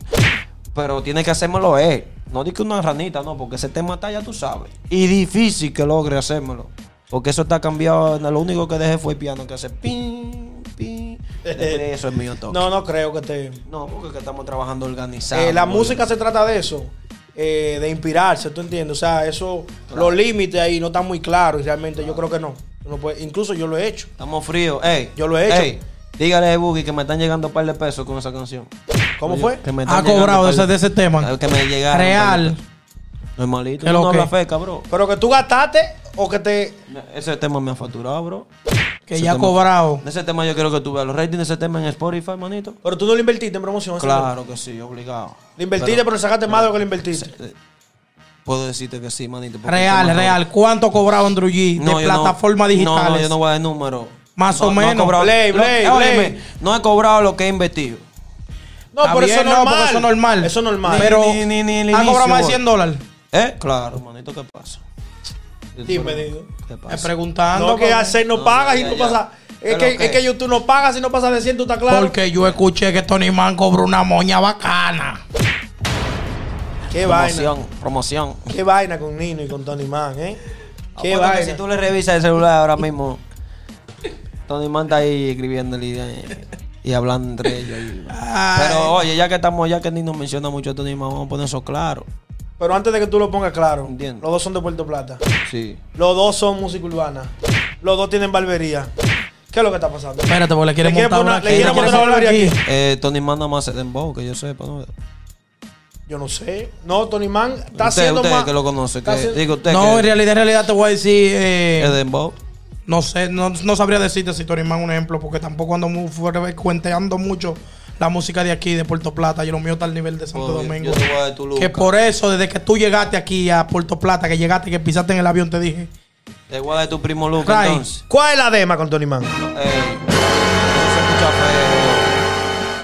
S3: Pero tiene que hacérmelo él. No di que una ranita, no, porque ese tema está, ya tú sabes. Y difícil que logre hacérmelo. Porque eso está cambiado. Lo único que dejé fue el piano que hace pin, pin. Después de Eso es mío todo.
S2: No,
S3: No,
S2: no creo que te.
S3: porque es que estamos trabajando organizado.
S2: Eh, la
S3: boludo.
S2: música se trata de eso, eh, de inspirarse, ¿tú entiendes? O sea, eso, los límites ahí no están muy claros y realmente yo creo que no. No puede- incluso yo lo he hecho.
S3: Estamos fríos. Ey,
S2: Yo lo he hecho.
S3: Ey, dígale a Boogie que me están llegando un par de pesos con esa canción.
S2: ¿Cómo
S3: Oye,
S2: fue?
S3: que me
S4: Ha
S3: están llegando
S4: cobrado
S3: un par
S4: ese- de ese tema.
S3: Que me llegaron.
S4: Real.
S3: un par de pesos. Normalito.
S4: ¿Qué
S3: Yo
S4: lo
S3: no
S4: que?
S3: habla feca, bro.
S2: Pero que tú gastaste o que te.
S3: Ese tema me ha facturado, bro.
S4: que
S3: Ese
S4: ya ha
S3: tema-
S4: cobrado.
S3: De ese tema yo quiero que tú veas los ratings de ese tema en Spotify, manito.
S2: Pero tú no lo invertiste en promoción. eso no.
S3: Claro que sí, obligado.
S2: Le invertiste, pero, le sacaste más de lo que le invertiste.
S3: Puedo decirte que sí, manito. porque el
S4: Real,
S3: tema-
S4: real. ¿Cuánto ha cobrado Andrew G de
S3: No, yo no-
S4: plataformas digitales?
S3: No, no, yo no voy a dar número.
S4: Más
S3: No,
S4: o menos.
S3: No he cobrado,
S2: Play,
S3: lo-
S2: play,
S3: óyeme,
S2: play.
S3: no he cobrado lo que he invertido.
S2: No,
S4: Está
S2: pero
S4: bien,
S2: eso es normal.
S4: porque eso es normal.
S2: Eso es normal.
S4: Pero
S3: Ni- ni- ni- ni
S4: ha cobrado
S3: inicio,
S4: más de
S3: bro.
S4: 100 dólares.
S3: ¿Eh? Claro, manito, ¿qué pasa?
S2: Dime, digo.
S3: ¿Qué pasa?
S4: Me preguntando.
S2: no, que
S4: porque-
S2: hacer no,
S3: Pues No,
S2: pagas y
S3: ya,
S2: no
S3: ya.
S2: pasa. Es
S3: ¿Pero
S2: que,
S3: qué?
S2: es que YouTube no paga si no pasa de 100, ¿tú estás claro?
S4: Porque yo escuché que Tony Man cobró una moña bacana.
S2: Qué vaina.
S3: promoción, promoción.
S2: Qué vaina con Nino y con Tony Man, ¿eh? Qué
S3: Apuesto que
S2: vaina.
S3: Ah, pues, si tú le revisas el celular ahora mismo, Tony Man está ahí escribiéndole y, eh, y hablando entre ellos. y-
S4: Ay.
S3: Pero oye, ya que estamos, ya que ni nos menciona mucho a Tony Man, vamos a poner eso claro.
S2: Pero antes de que tú lo pongas claro,
S3: Entiendo.
S2: los dos son de Puerto Plata.
S3: Sí.
S2: Los dos son música urbana. Los dos tienen barbería. ¿Qué es lo que está pasando?
S4: Espérate, porque le quieren
S2: Le quieren
S4: montar
S2: poner-
S4: una
S2: le quieren
S4: quieren
S2: montar una
S4: hacer
S2: barbería
S3: Eh, Tony Man nada más hace dembow, que yo sepa, ¿no?
S2: Yo no sé. No, Tony Man está
S3: usted
S2: haciendo
S3: usted
S2: más.
S3: que lo conoce,
S2: está
S3: que,
S2: haciendo-
S3: digo usted
S4: No, en
S3: que
S4: realidad, en realidad te voy a decir. eh,
S3: es dembow.
S4: No sé, no, no sabría decirte si Torimán es un ejemplo, porque tampoco ando muy fuerte cuenteando mucho la música de aquí, de Puerto Plata. Yo lo mío está al nivel de Santo
S3: Obvio,
S4: Domingo.
S3: yo te voy a dar tu
S4: que
S3: Luca.
S4: por eso, desde que tú llegaste aquí a Puerto Plata, que llegaste, que pisaste en el avión, te dije.
S3: Te voy a dar tu primo Luca
S4: Ray.
S3: entonces.
S2: ¿Cuál es la dema con Tony Man?
S3: Ey, eso se escucha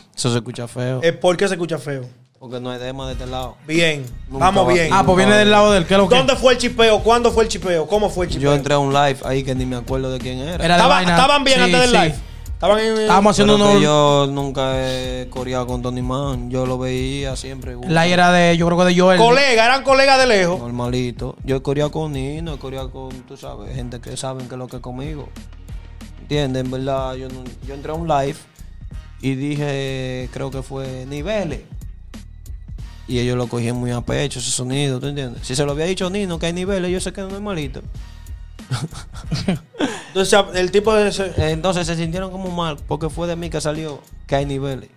S3: feo. Eso se escucha feo.
S2: Eh, ¿Por qué se escucha feo?
S3: Porque no hay dema de este lado.
S2: Bien,
S3: Nunca
S2: vamos
S3: va-
S2: bien.
S4: Ah, pues viene del lado del que lo que.
S2: Eh, ¿Dónde fue el chipeo? ¿Cuándo fue el chipeo? ¿Cómo fue el
S3: Yo
S2: chipeo?
S3: entré a un live ahí que ni me acuerdo de quién era.
S4: Era de
S2: Estaba-
S4: vaina.
S2: estaban bien
S4: Sí,
S2: antes del
S4: sí.
S2: live. Estaban en.
S4: Estábamos
S3: Pero
S4: haciendo unos.
S3: que yo nunca he coreado con Tony Man. Yo lo veía siempre igual,
S4: La era de, yo creo que de Joel.
S2: colegas, eran colegas de lejos.
S3: normalito. Yo he coreado con Nino, he coreado con, tú sabes, gente que saben que es lo que es conmigo. ¿Entiendes? En verdad, yo, no- yo entré a un live y dije, creo que fue niveles. Y ellos lo cogían muy a pecho ese sonido, ¿tú entiendes? Si se lo había dicho Nino que hay niveles, yo sé que no es malito.
S2: Entonces, el tipo de. ese-
S3: Entonces se sintieron como mal, porque fue de mí que salió que hay niveles.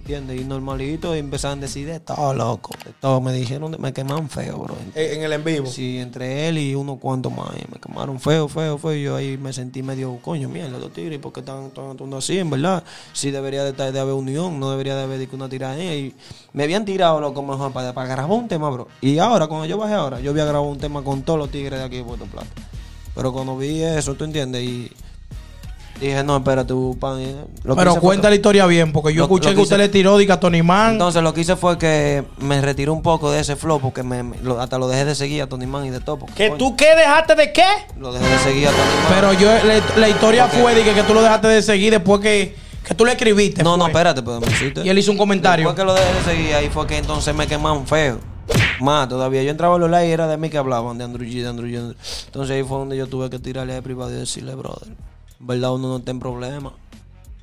S3: ¿Entiendes? Y normalito y empezaron a decir de todo, loco. De todo. Me dijeron, de- me quemaron feo, bro.
S2: eh, en el en vivo.
S3: Sí, entre él y unos cuantos más. y me quemaron feo, feo, feo. Y yo ahí me sentí medio, coño, mierda, los tigres, porque están están actuando así, en verdad. Sí debería de, estar- de haber unión, no debería de haber de que una tiranía. Y me habían tirado, loco, mejor para, para grabar un tema, bro. Y ahora, cuando yo bajé ahora, yo había grabado un tema con todos los tigres de aquí de Puerto Plata. Pero cuando vi eso, ¿tú entiendes? Y dije, no, espera, tú, pan. y- lo que hice
S4: Pero
S3: fue
S4: cuenta
S3: que-
S4: la historia bien, porque yo
S3: Lo-
S4: escuché
S3: lo
S4: que
S3: que
S4: usted
S3: hice-
S4: le tiró diga a Tony Man.
S3: entonces lo que hice fue que me retiré un poco de ese flow porque me, me- lo- hasta lo dejé de seguir a Tony Man y de todo. porque,
S2: ¿Que
S3: coño,
S2: tú qué dejaste de qué?
S3: Lo dejé de seguir a Tony Man.
S4: Pero yo, la, la historia
S3: Ok.
S4: fue de que, que tú lo dejaste de seguir después que, que tú le escribiste.
S3: no, no,
S4: fue.
S3: espérate, pero me hiciste.
S4: Y él hizo un comentario.
S3: Después que lo dejé de seguir, ahí fue que entonces me quemaron feo. Más todavía. Yo entraba a los likes y era de mí que hablaban, de Andrew G, de Andrew G. de Andrew G. Entonces ahí fue donde yo tuve que tirarle de privado y decirle, brother, en verdad uno no está en problema.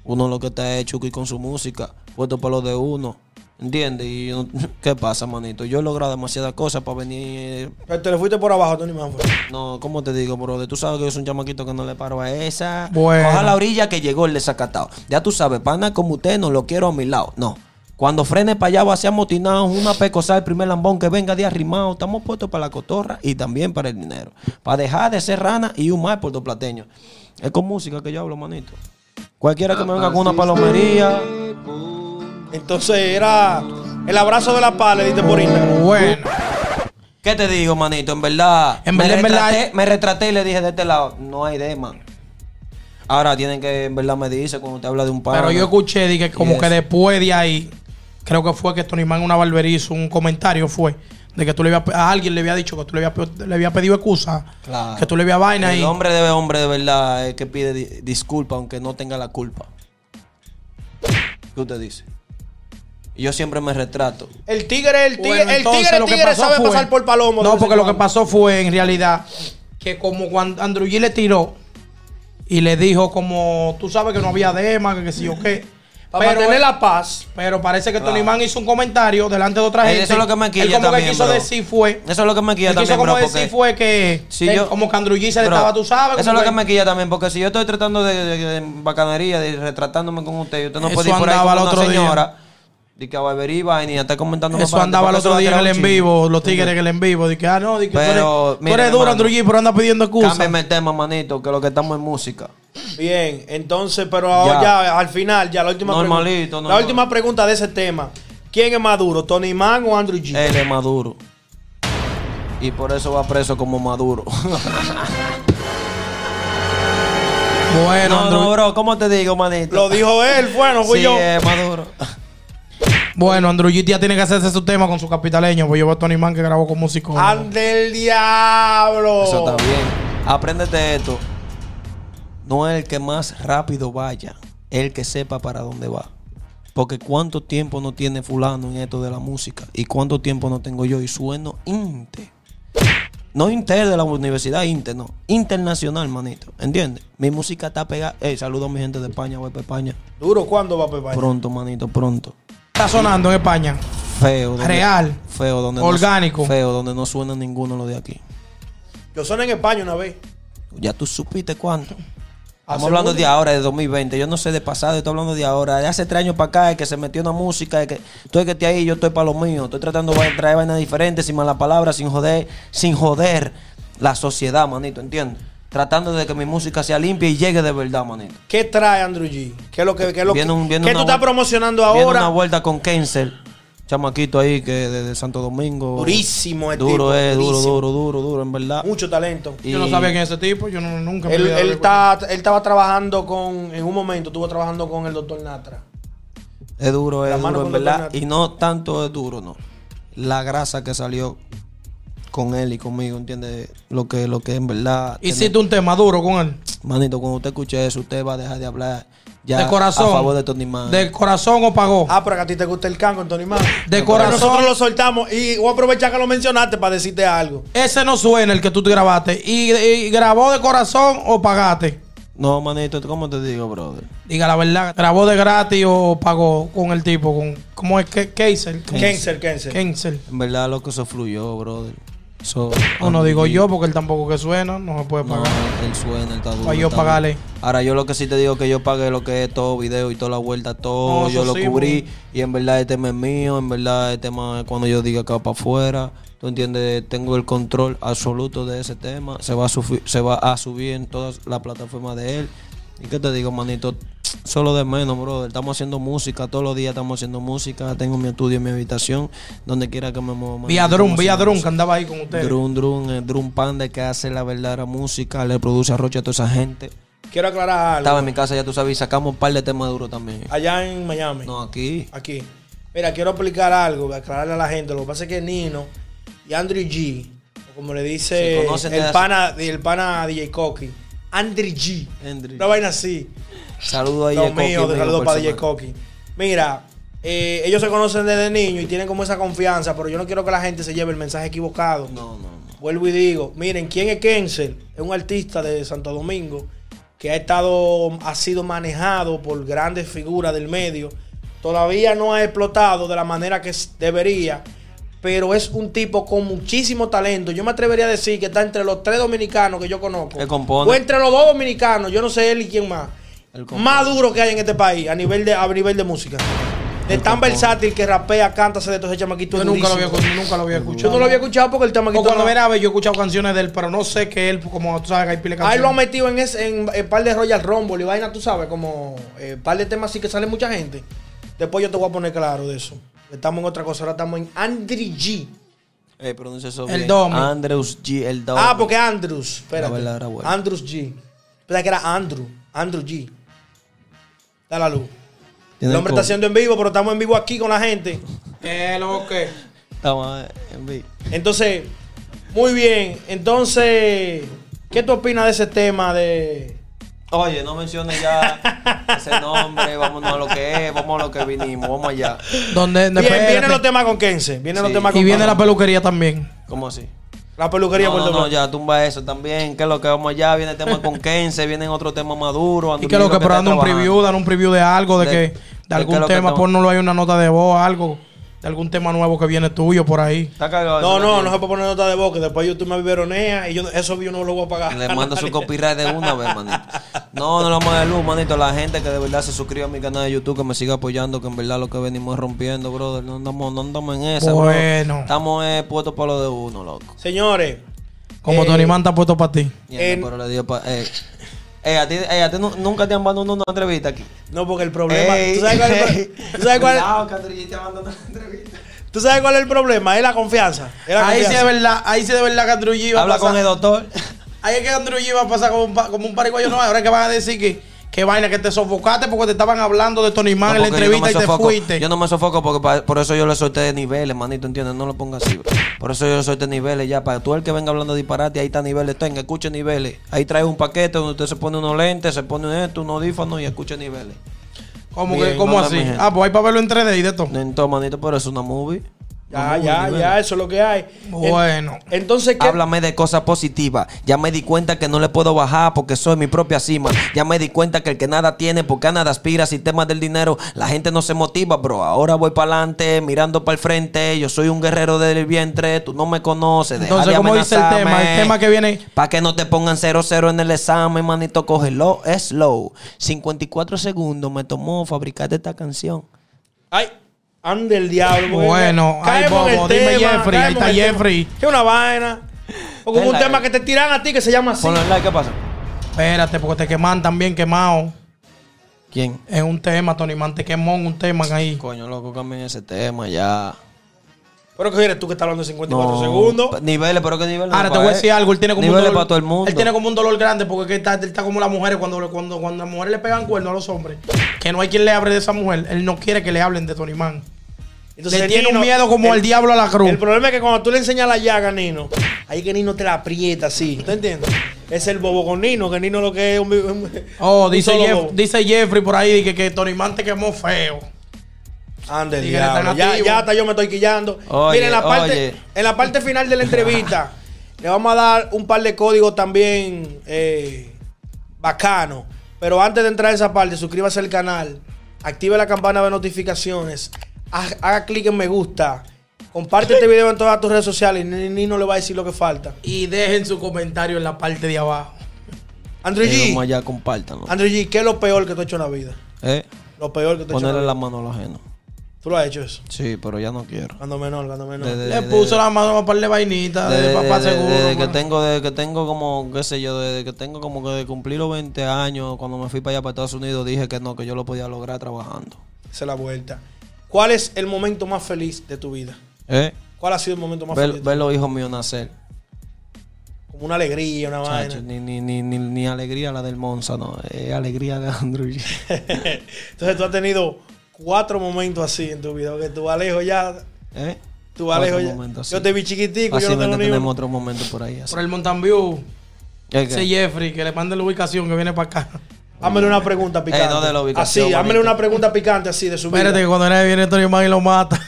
S3: Uno lo que está es chuki con su música, puesto para lo de uno. ¿Entiendes? Y yo, ¿qué pasa, manito? Yo he logrado demasiadas cosas para venir
S2: Pero Te le fuiste por abajo, Tony Man. fue.
S3: No, ¿cómo te digo, brother? Tú sabes que yo soy un chamaquito que no le paro a esa.
S4: Bueno.
S3: Coja la orilla que llegó el desacatado. Ya tú sabes, pana como usted no lo quiero a mi lado. No. Cuando frene para allá va a ser amotinado, una pecosa, el primer lambón que venga de arrimado. Estamos puestos para la cotorra y también para el dinero. Para dejar de ser rana y un mal puertoplateño. Es con música que yo hablo, manito. Cualquiera que me venga con una palomería.
S2: Entonces era el abrazo de la paz, le diste por Instagram.
S4: Bueno,
S3: ¿Qué te digo, manito? En verdad,
S4: En
S3: me,
S4: verdad, en verdad,
S3: retraté, me retraté y le dije de este lado, no hay dema. Ahora tienen que, en verdad, me dice cuando te habla de un par.
S4: pero yo escuché de que como
S3: Y
S4: que
S3: eso.
S4: después de ahí, creo que fue que Tony Man en una barbería hizo un comentario, fue de que tú le habías, a alguien le había dicho que tú le habías, pe- le habías pedido excusa,
S3: Claro.
S4: que tú le habías vaina y
S3: El hombre de hombre, de verdad, es que pide di- disculpa aunque no tenga la culpa. ¿Qué usted dice? Y yo siempre me retrato.
S2: El tigre, el tigre,
S4: Bueno,
S2: el
S4: entonces,
S2: tigre,
S4: lo
S2: el
S4: que
S2: tigre
S4: pasó
S2: sabe
S4: fue-
S2: pasar por palomo. de
S4: No,
S2: vez en
S4: porque lo que
S2: cuando.
S4: pasó fue en realidad que como cuando Andrew G le tiró y le dijo como tú sabes que no había dema, que qué sé yo qué.
S2: Para mantener la paz.
S4: Pero parece que Tony Man hizo un comentario delante de otra
S3: Él
S4: gente.
S3: hizo Eh, lo que me quilla
S4: Él como
S3: también,
S4: que quiso
S3: bro.
S4: decir fue.
S3: Eso es lo que me quilla
S4: Él quiso
S3: también,
S4: como
S3: bro,
S4: decir
S3: porque-
S4: fue que.
S3: Si
S4: que
S3: yo-
S4: como que Andrew G se le
S3: Bro,
S4: estaba, tú sabes.
S3: Eso es
S4: como
S3: lo que me quilla también, porque si yo estoy tratando de, de- de bacanería, de retratándome con usted, y usted no
S4: Eso
S3: puede ir por ahí
S4: andaba
S3: con
S4: el
S3: una
S4: otro día.
S3: señora. De que a barbería y vaina, y está comentando más
S4: Eso
S3: para adelante,
S4: andaba el
S3: porque
S4: otro
S3: va a
S4: día en
S3: crear
S4: el
S3: un
S4: en
S3: chisme.
S4: vivo, los tigres en el en vivo. Dije, ah, no, di que tú eres-
S3: Pero,
S4: tú
S3: mira,
S4: eres duro,
S3: hermano.
S4: Andrew G, pero anda pidiendo excusa.
S3: Cámbiame el tema, manito, que lo que estamos en música.
S2: Bien, entonces, pero ahora
S3: Ya.
S2: ya, al final, ya la última
S3: Normalito,
S2: pregunta. La
S3: normal.
S2: última pregunta de ese tema. ¿Quién es más duro, Tony Man o Andrew G?
S3: Él es Maduro. Y por eso va preso como Maduro.
S4: Bueno,
S3: no,
S4: Andrew,
S3: no, bro, ¿cómo te digo, manito?
S2: Lo dijo él, fue, no fui
S3: sí, eh.
S2: yo.
S3: es Maduro.
S4: bueno, Andrew G ya tiene que hacerse su tema con su capitaleño, pues yo veo a Tony Man que grabó con músico.
S2: Ande el diablo.
S3: Eso está bien. Apréndete esto. No es el que más rápido vaya, es el que sepa para dónde va. Porque cuánto tiempo no tiene fulano en esto de la música y cuánto tiempo no tengo yo y sueno inte. No inter de la universidad, inter, no. Internacional, manito. ¿Entiendes? Mi música está pegada. Ey, saludo a mi gente de España, voy para España.
S2: Duro, ¿cuándo va a pegar?
S3: Pronto, manito, pronto.
S4: Está sonando en España.
S3: Feo. donde-
S4: Real.
S3: Feo donde
S4: Orgánico.
S3: No, feo donde no suena ninguno lo de aquí.
S2: Yo soné en España una vez.
S3: Ya tú supiste cuánto.
S2: Hace
S3: Estamos hablando
S2: mucho.
S3: de ahora, de 2020. Yo no sé de pasado, estoy hablando de ahora. De hace tres años para acá, es que se metió una música, es que tú es que esté ahí, yo estoy para lo mío. Estoy tratando de traer vainas diferentes, sin malas palabras, sin joder, sin joder la sociedad, manito, ¿entiendes? tratando de que mi música sea limpia y llegue de verdad, manito.
S2: ¿Qué trae Andrew G? ¿Qué es lo que, qué es lo
S3: Viene
S2: que,
S3: un- viene
S2: qué tú
S3: una
S2: estás
S3: vuel-
S2: promocionando
S3: Viene
S2: ahora?
S3: una vuelta con Kenzel, chamaquito ahí que de, de Santo Domingo.
S2: Durísimo el tipo,
S3: Duro es, duro,
S2: durísimo.
S3: duro, duro, duro, en verdad.
S2: Mucho talento.
S4: Yo no
S3: Y-
S4: sabía quién es ese tipo, yo no- nunca
S2: Él,
S4: había dado
S2: él,
S4: de-
S2: está, él estaba trabajando con, en un momento estuvo trabajando con el doctor Natra.
S3: Es duro,
S2: La
S3: es
S2: mano
S3: duro, en
S2: con
S3: verdad.
S2: Donato.
S3: Y no tanto es duro, no. La grasa que salió con él y conmigo, ¿entiendes? Lo que, lo que en verdad. tener-
S4: Hiciste un tema duro con él.
S3: Manito, cuando usted escuche eso, usted va a dejar de hablar ya
S4: de corazón.
S3: a favor de Tony Man.
S4: De corazón o pagó.
S2: Ah, pero que a ti te gusta el canco, Antonio Mano.
S4: De
S2: Pero Nosotros
S4: Oh. corazón.
S2: lo soltamos y voy a aprovechar que lo mencionaste para decirte algo.
S4: Ese no suena el que tú te grabaste. Y, y grabó de corazón o pagaste.
S3: No, manito, ¿cómo te digo, brother?
S4: Diga la verdad. Grabó de gratis o pagó con el tipo. Con, ¿Cómo es que Kaiser?
S2: Kenser, Kenser.
S4: Kaiser.
S3: En verdad, lo que eso fluyó, brother. Eso.
S4: No, no digo yo porque él tampoco que suena. No se puede
S3: No,
S4: pagar.
S3: él suena, él está duro.
S4: Pa' yo
S3: está duro.
S4: pagarle.
S3: Ahora, yo lo que sí te digo es que yo pagué lo que es todo video y toda la vuelta, todo.
S4: No, eso
S3: yo lo
S4: sí,
S3: cubrí. Y en verdad, el tema es mío. En verdad, el tema es cuando yo diga acá para afuera. ¿Tú entiendes? Tengo el control absoluto de ese tema. Se va a, sufi- se va a subir en todas las plataformas de él. ¿Y qué te digo, manito? Solo de menos, brother. Estamos haciendo música. Todos los días estamos haciendo música. Tengo mi estudio en mi habitación. Donde quiera que me mueva. manito,
S4: Vía
S3: estamos
S4: Drum,
S3: haciendo
S4: Vía Drum,
S3: música.
S4: que andaba ahí con ustedes.
S3: Drum Drum, el Drum eh, Panda que hace la verdadera música, le produce a Rocha a toda esa gente.
S2: Quiero aclarar algo.
S3: Estaba en mi casa, ya tú sabes, y sacamos un par de temas duros también.
S2: Allá en Miami.
S3: No, aquí.
S2: Aquí. Mira, quiero explicar algo, aclararle a la gente. Lo que pasa es que Nino y Andrew G, o como le dice
S3: Se conocen desde
S2: el
S3: hace-
S2: pana, el pana DJ Coqui, Andrew G.
S3: Andrew G.
S2: Una vaina así.
S3: Saludos a
S2: Dios
S3: DJ
S2: mío,
S3: Coqui,
S2: saludos
S3: amigo
S2: para DJ
S3: personal.
S2: Coqui. Mira, eh, ellos se conocen desde niños y tienen como esa confianza, pero yo no quiero que la gente se lleve el mensaje equivocado.
S3: No, no, no.
S2: Vuelvo y digo, miren, ¿quién es Kenzel? Es un artista de Santo Domingo que ha estado, ha sido manejado por grandes figuras del medio. Todavía no ha explotado de la manera que s- debería, pero es un tipo con muchísimo talento. Yo me atrevería a decir que está entre los tres dominicanos que yo conozco.
S3: Que compone.
S2: O entre los dos dominicanos, yo no sé él y quién más.
S3: Él compone.
S2: Más duro que hay en este país a nivel de, a nivel de música. De
S3: Él
S2: tan
S3: compone.
S2: versátil que rapea, canta, se de todos chamaquitos.
S4: Yo
S2: es
S4: nunca lo, había,
S2: durísimo.
S4: escuchado, nunca lo había
S2: Yo
S4: escuchado.
S2: no lo había escuchado porque el chamaquito
S4: O cuando
S2: no-
S4: viene a ver, yo he escuchado canciones de él, pero no sé que él, como tú sabes, que hay pile de
S2: Ahí
S4: canciones.
S2: lo ha metido en, ese, en, en par de Royal Rumble y vaina, tú sabes, como eh, par de temas así que sale mucha gente. Después yo te voy a poner claro de eso. Estamos en otra cosa, ahora estamos en Andri G.
S3: Ey, pronuncia Eh, eso
S4: El
S3: bien.
S4: Domi.
S3: Andrews G, el Domi.
S2: Ah, porque Andrews. Espérate.
S3: La verdadera vuelta.
S2: Andrews G. Pensaba que era Andrew. Andrew G. Da la luz. El
S3: Tiene
S2: hombre
S3: el
S2: está haciendo en vivo, pero estamos en vivo aquí con la gente.
S4: Eh, lo que.
S3: Estamos eh, en vivo.
S2: Entonces, muy bien. Entonces, ¿qué tú opinas de ese tema de...
S3: Oye, no menciones ya ese nombre. Vámonos a lo que es, vamos a lo que vinimos, vamos allá.
S4: Donde,
S2: Bien,
S4: espérate.
S2: vienen los temas con Kense. Vienen los
S3: Sí.
S2: temas con
S4: y viene la
S2: Kense.
S4: peluquería también.
S3: ¿Cómo así?
S2: La peluquería
S3: no,
S2: por
S3: no,
S2: doblado.
S3: no, ya tumba eso también. Que lo que vamos allá, viene tema con Kense, vienen otro tema maduro.
S4: Y que lo que, pero
S3: esperando
S4: dando un preview, dan un preview de algo, de,
S3: De-
S4: que,
S3: de
S4: de
S3: qué es
S4: algún
S3: lo que
S4: tema,
S3: estamos-
S4: ponnoslo ahí una nota de voz, algo, de algún tema nuevo que viene tuyo por ahí.
S3: Está cagado.
S2: No,
S3: eso,
S2: no,
S3: Daniel.
S2: no se puede poner nota de voz, que después YouTube me biberonea y yo eso yo no lo voy a pagar.
S3: Le mando su copyright de una vez, manito. No, no lo vamos a dar luz, manito. La gente que de verdad se suscriba a mi canal de YouTube, que me siga apoyando, que en verdad lo que venimos es rompiendo, brother. No andamos, no andamos en esa, bro.
S4: Bueno.
S3: Estamos eh, puestos para lo de uno, loco.
S2: Señores,
S4: Como
S2: Eh,
S4: Tony Man está puesto para ti.
S3: Mierda,
S2: En-
S3: pero le dio pa- eh. Eh, a ti, eh, a ti nu- nunca te han mandado una entrevista aquí.
S2: no, porque el problema.
S3: Ey,
S2: ¿tú, sabes cuál es el, pro- tú sabes cuál-
S3: Cuidado, que Andrés te mandó una entrevista.
S2: tú sabes cuál es el problema? Es la confianza. es la
S4: Ahí sí de
S2: confianza.
S4: verdad, ahí sí de verdad que Andrew G va
S3: Habla
S4: a pasar.
S3: con el doctor.
S4: Ahí es que Andrew G va a pasar como un, pa- como un pariguayo no. Ahora es que van a decir que, que vaina, que te sofocaste porque te estaban hablando de Tony Man
S3: No,
S4: en la
S3: porque yo no me
S4: entrevista y te
S3: sofoco.
S4: fuiste.
S3: Yo no me sofoco porque pa- por eso yo le solté de niveles, manito, ¿entiendes? No lo pongas así. bro. Por eso yo le solté niveles ya. Para tú el que venga hablando disparate, ahí está niveles, tenga, escuche niveles. Ahí trae un paquete donde usted se pone unos lentes, se pone esto, unos audífonos y escuche niveles.
S4: ¿Cómo, que,
S3: Bien,
S4: ¿cómo
S3: hola, mi
S4: así?
S3: gente.
S4: Ah, pues hay para verlo en 3D y de todo.
S3: Entonces, manito, pero es una movie.
S2: Ya, ya, ya, eso es lo que hay. En-
S4: Bueno.
S2: Entonces, ¿qué?
S3: Háblame de cosas positivas. Ya me di cuenta que no le puedo bajar porque soy mi propia cima. Ya me di cuenta que el que nada tiene, porque a nada aspira, sistemas del dinero, la gente no se motiva, bro. Ahora voy para adelante, mirando para el frente. Yo soy un guerrero del vientre, tú no me conoces. Deja
S4: Entonces,
S3: de
S4: ¿cómo dice el tema? El tema que viene.
S3: Para que no te pongan 0-0 en el examen, manito, cógelo. Es slow. 54 segundos me tomó fabricarte esta canción.
S2: Ay, ande el diablo. porque
S4: Bueno, ay,
S2: caemos en el
S4: bobo, dime Jeffrey,
S2: tema,
S4: ahí está
S2: caemos en el tema.
S4: Jeffrey.
S2: Que una vaina. Porque hubo un
S3: Dale.
S2: tema que te tiran a ti que se llama así.
S3: Ponle like, ¿qué pasa?
S4: Espérate, porque te queman también quemado.
S3: ¿Quién?
S4: Es un tema, Tony Man, te quemó en un tema ahí.
S3: Coño, loco, cambien ese tema ya.
S2: Pero que eres tú que estás hablando de 54
S3: No,
S2: segundos.
S3: pa- Niveles, pero qué niveles. eh.
S4: Ahora te voy a decir algo, él tiene como
S3: Pues, Niveles
S4: un dolor.
S3: para todo el mundo.
S4: Él tiene como un dolor grande porque que está, él está como las mujeres cuando, cuando, cuando las mujeres le pegan cuernos a los hombres. Que no hay quien le hable de esa mujer. Él no quiere que le hablen de Tony Man. le tiene
S2: Nino,
S4: un miedo como el, diablo a la cruz.
S2: El problema es que cuando tú le enseñas la llaga Nino, ahí que Nino te la aprieta así. ¿Tú entiendes? Es el bobo con Nino, que Nino lo que es un. un-
S4: oh,
S2: un
S4: dice,
S2: solo
S4: Jeff-
S2: bobo.
S4: dice Jeffrey por ahí que, que Tony Man te quemó feo.
S2: Ande,
S4: Tigre
S2: diablo.
S4: tan
S2: Ya,
S4: activo.
S2: ya hasta yo me estoy quillando.
S3: Oye,
S2: Mira, en la, parte,
S3: oye.
S2: en la parte final de la entrevista, le vamos a dar un par de códigos también eh, bacanos. Pero antes de entrar a esa parte, suscríbase al canal, active la campana de notificaciones, haz- haga clic en me gusta, comparte este video en todas tus redes sociales. Ni- ni no le va a decir lo que falta.
S4: Y dejen su comentario en la parte de abajo.
S2: Andrew
S3: Eh, Vamos
S2: G,
S3: allá, compártanlo.
S4: Ah,
S2: Andrew G, ¿qué es lo peor que tú has hecho en la vida?
S3: Eh,
S2: Lo peor que tú has hecho en
S4: eh.
S2: la
S3: ponerle
S2: vida.
S3: la mano a los ajenos.
S2: Tú lo has hecho eso.
S3: Sí, pero ya no quiero.
S2: Cuando menor, cuando menor.
S3: Desde-
S4: Le puso la mano a un par de vainitas Ah, de,
S3: Desde-
S4: papá
S3: desde-
S4: seguro.
S3: desde que
S4: mano.
S3: tengo, desde que tengo como, qué sé yo, desde que tengo como que cumplí los 20 años, cuando me fui para allá para Estados Unidos, dije que no, que yo lo podía lograr trabajando.
S2: Esa es la vuelta. ¿Cuál es el momento más feliz de tu vida?
S3: ¿Eh?
S2: ¿Cuál ha sido el momento más
S3: Ver,
S2: feliz?
S3: ver los hijos míos nacer.
S2: Como una alegría, una vaina.
S3: Chacho, ni, ni, ni, ni, ni alegría la del Monza, no. Es alegría de Andrew. G.
S2: Entonces tú has tenido cuatro momentos así en tu vida. Porque tú Alejo ya.
S3: ¿Eh?
S2: Tú Alejo
S3: Otro
S2: ya.
S3: momento, sí.
S2: Yo te vi chiquitico, yo no
S3: Fácilmente
S2: tengo ni
S3: tenemos
S2: uno.
S3: otro momento por ahí. así.
S4: Por el Mountain View.
S3: ¿Qué, qué?
S4: Dice Jeffrey que le mande la ubicación que viene para acá.
S2: Hámele una pregunta picante.
S3: Eh, no de la ubicación,
S2: así, hámele
S3: manito.
S2: una pregunta picante así de su vida.
S4: Espérate que cuando él viene Tony Man y lo mata.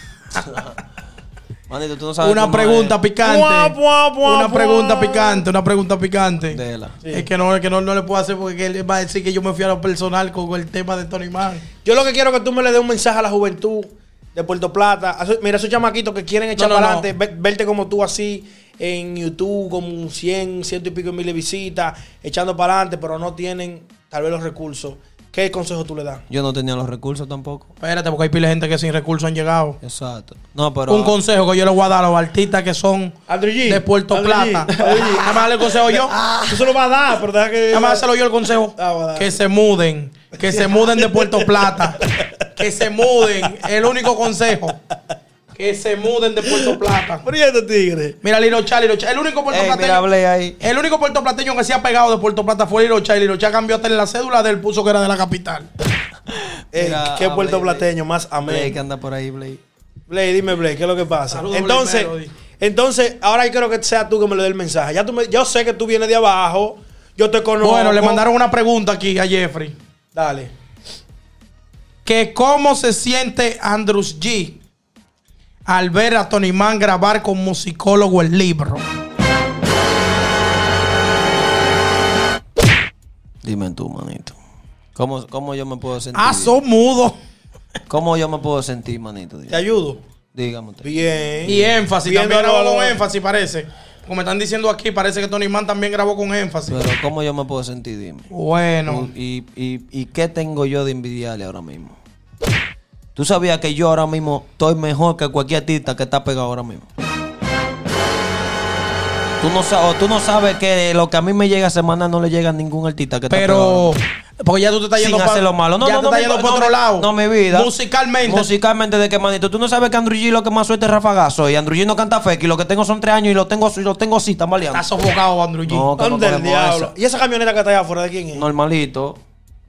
S3: Manito, tú no sabes
S4: Una
S3: cómo es
S4: pregunta picante.
S2: Buah, buah, buah,
S4: Una
S2: buah.
S4: pregunta picante, una pregunta picante.
S3: de la-
S2: Sí.
S4: Es que no, es que no, no le puedo hacer porque él va a decir que yo me fui a lo personal con el tema de Tony Man.
S2: Yo lo que quiero es que tú me le des un mensaje a la juventud de Puerto Plata. A esos- Mira, esos chamaquitos que quieren echar
S4: No, no,
S2: para
S4: no.
S2: adelante, ve- verte como tú así en YouTube, con 100, ciento y pico de mil de visitas, echando para adelante, pero no tienen tal vez los recursos. ¿Qué consejo tú le das?
S3: Yo no tenía los recursos tampoco.
S4: Espérate, porque hay pila de gente que sin recursos han llegado.
S3: Exacto. No, pero.
S4: Un consejo que yo le voy a dar a los artistas que son
S2: Andrew G,
S4: de Puerto
S2: Andrew G,
S4: Plata.
S2: Andrew G.
S4: Nada más darle el consejo yo.
S3: Ah.
S2: Tú se lo vas a dar, pero deja que.
S4: Nada más dárselo yo el consejo.
S2: Ah, bueno, dale.
S4: Que se muden. Que se muden de Puerto Plata. Que se muden. El único consejo. Que se muden de Puerto Plata.
S2: Pero ¿y este tigre.
S4: Mira, Lilo Chá, Lilo Chá. El único
S3: Ey, mira,
S4: puertoplateño.
S3: hablé ahí.
S4: El único puertoplateño que se ha pegado de Puerto Plata fue Lilo Chá. Y Lilo Chá cambió hasta en la cédula del puso que era de la capital.
S2: Eh,
S3: Mira,
S2: qué
S3: a
S2: puerto
S3: Blade,
S2: plateño, más amén.
S3: Blake anda por ahí, Blake.
S2: Blake, dime Blake, ¿qué es lo que pasa?
S4: Saludos,
S2: entonces,
S4: Blake Melody.
S2: entonces, ahora yo quiero que sea tú que me lo dé el mensaje. Ya tú me- yo sé que tú vienes de abajo, yo te conozco.
S4: bueno, le mandaron una pregunta aquí a Jeffrey.
S2: Dale.
S4: Que cómo se siente Andrews G al ver a Tony Mann grabar con musicólogo el libro.
S3: Dime tú, manito. ¿Cómo, cómo yo me puedo sentir?
S4: Ah, son mudo.
S3: ¿Cómo yo me puedo sentir, manito?
S2: Te ayudo.
S3: Dígame usted.
S2: Bien.
S4: Y énfasis.
S2: Viendo
S4: También grabó
S2: lo-
S4: con énfasis, parece. Como me están diciendo aquí, parece que Tony Mann también grabó con énfasis.
S3: Pero ¿cómo yo me puedo sentir? Dime.
S4: Bueno.
S3: ¿Y, y, y qué tengo yo de envidiarle ahora mismo? ¿Tú sabías que yo ahora mismo estoy mejor que cualquier artista que está pegado ahora mismo? Tú no, sa- o tú no sabes que lo que a mí me llega a semana no le llega a ningún artista que está pegado ahora mismo.
S4: Pero. Porque ya tú te estás
S3: sin
S4: yendo pa-
S3: hacer lo malo. No,
S4: ya
S3: no,
S4: te
S3: no,
S4: estás
S3: mi-
S4: yendo por
S3: no,
S4: otro
S3: mi-
S4: lado.
S3: No, mi vida.
S4: Musicalmente.
S3: Musicalmente, de qué manito. Tú no sabes que Andrew G lo que más suelta es rafagazo. Y Andrew G no canta fake. Y lo que tengo son tres años y lo tengo, y lo tengo así, tambaleando.
S4: Está sofocado, Andrew G.
S3: No, que no
S2: Anda el
S3: cogemos
S2: diablo.
S3: esa.
S2: ¿Y esa camioneta que está allá afuera de quién es?
S3: Normalito.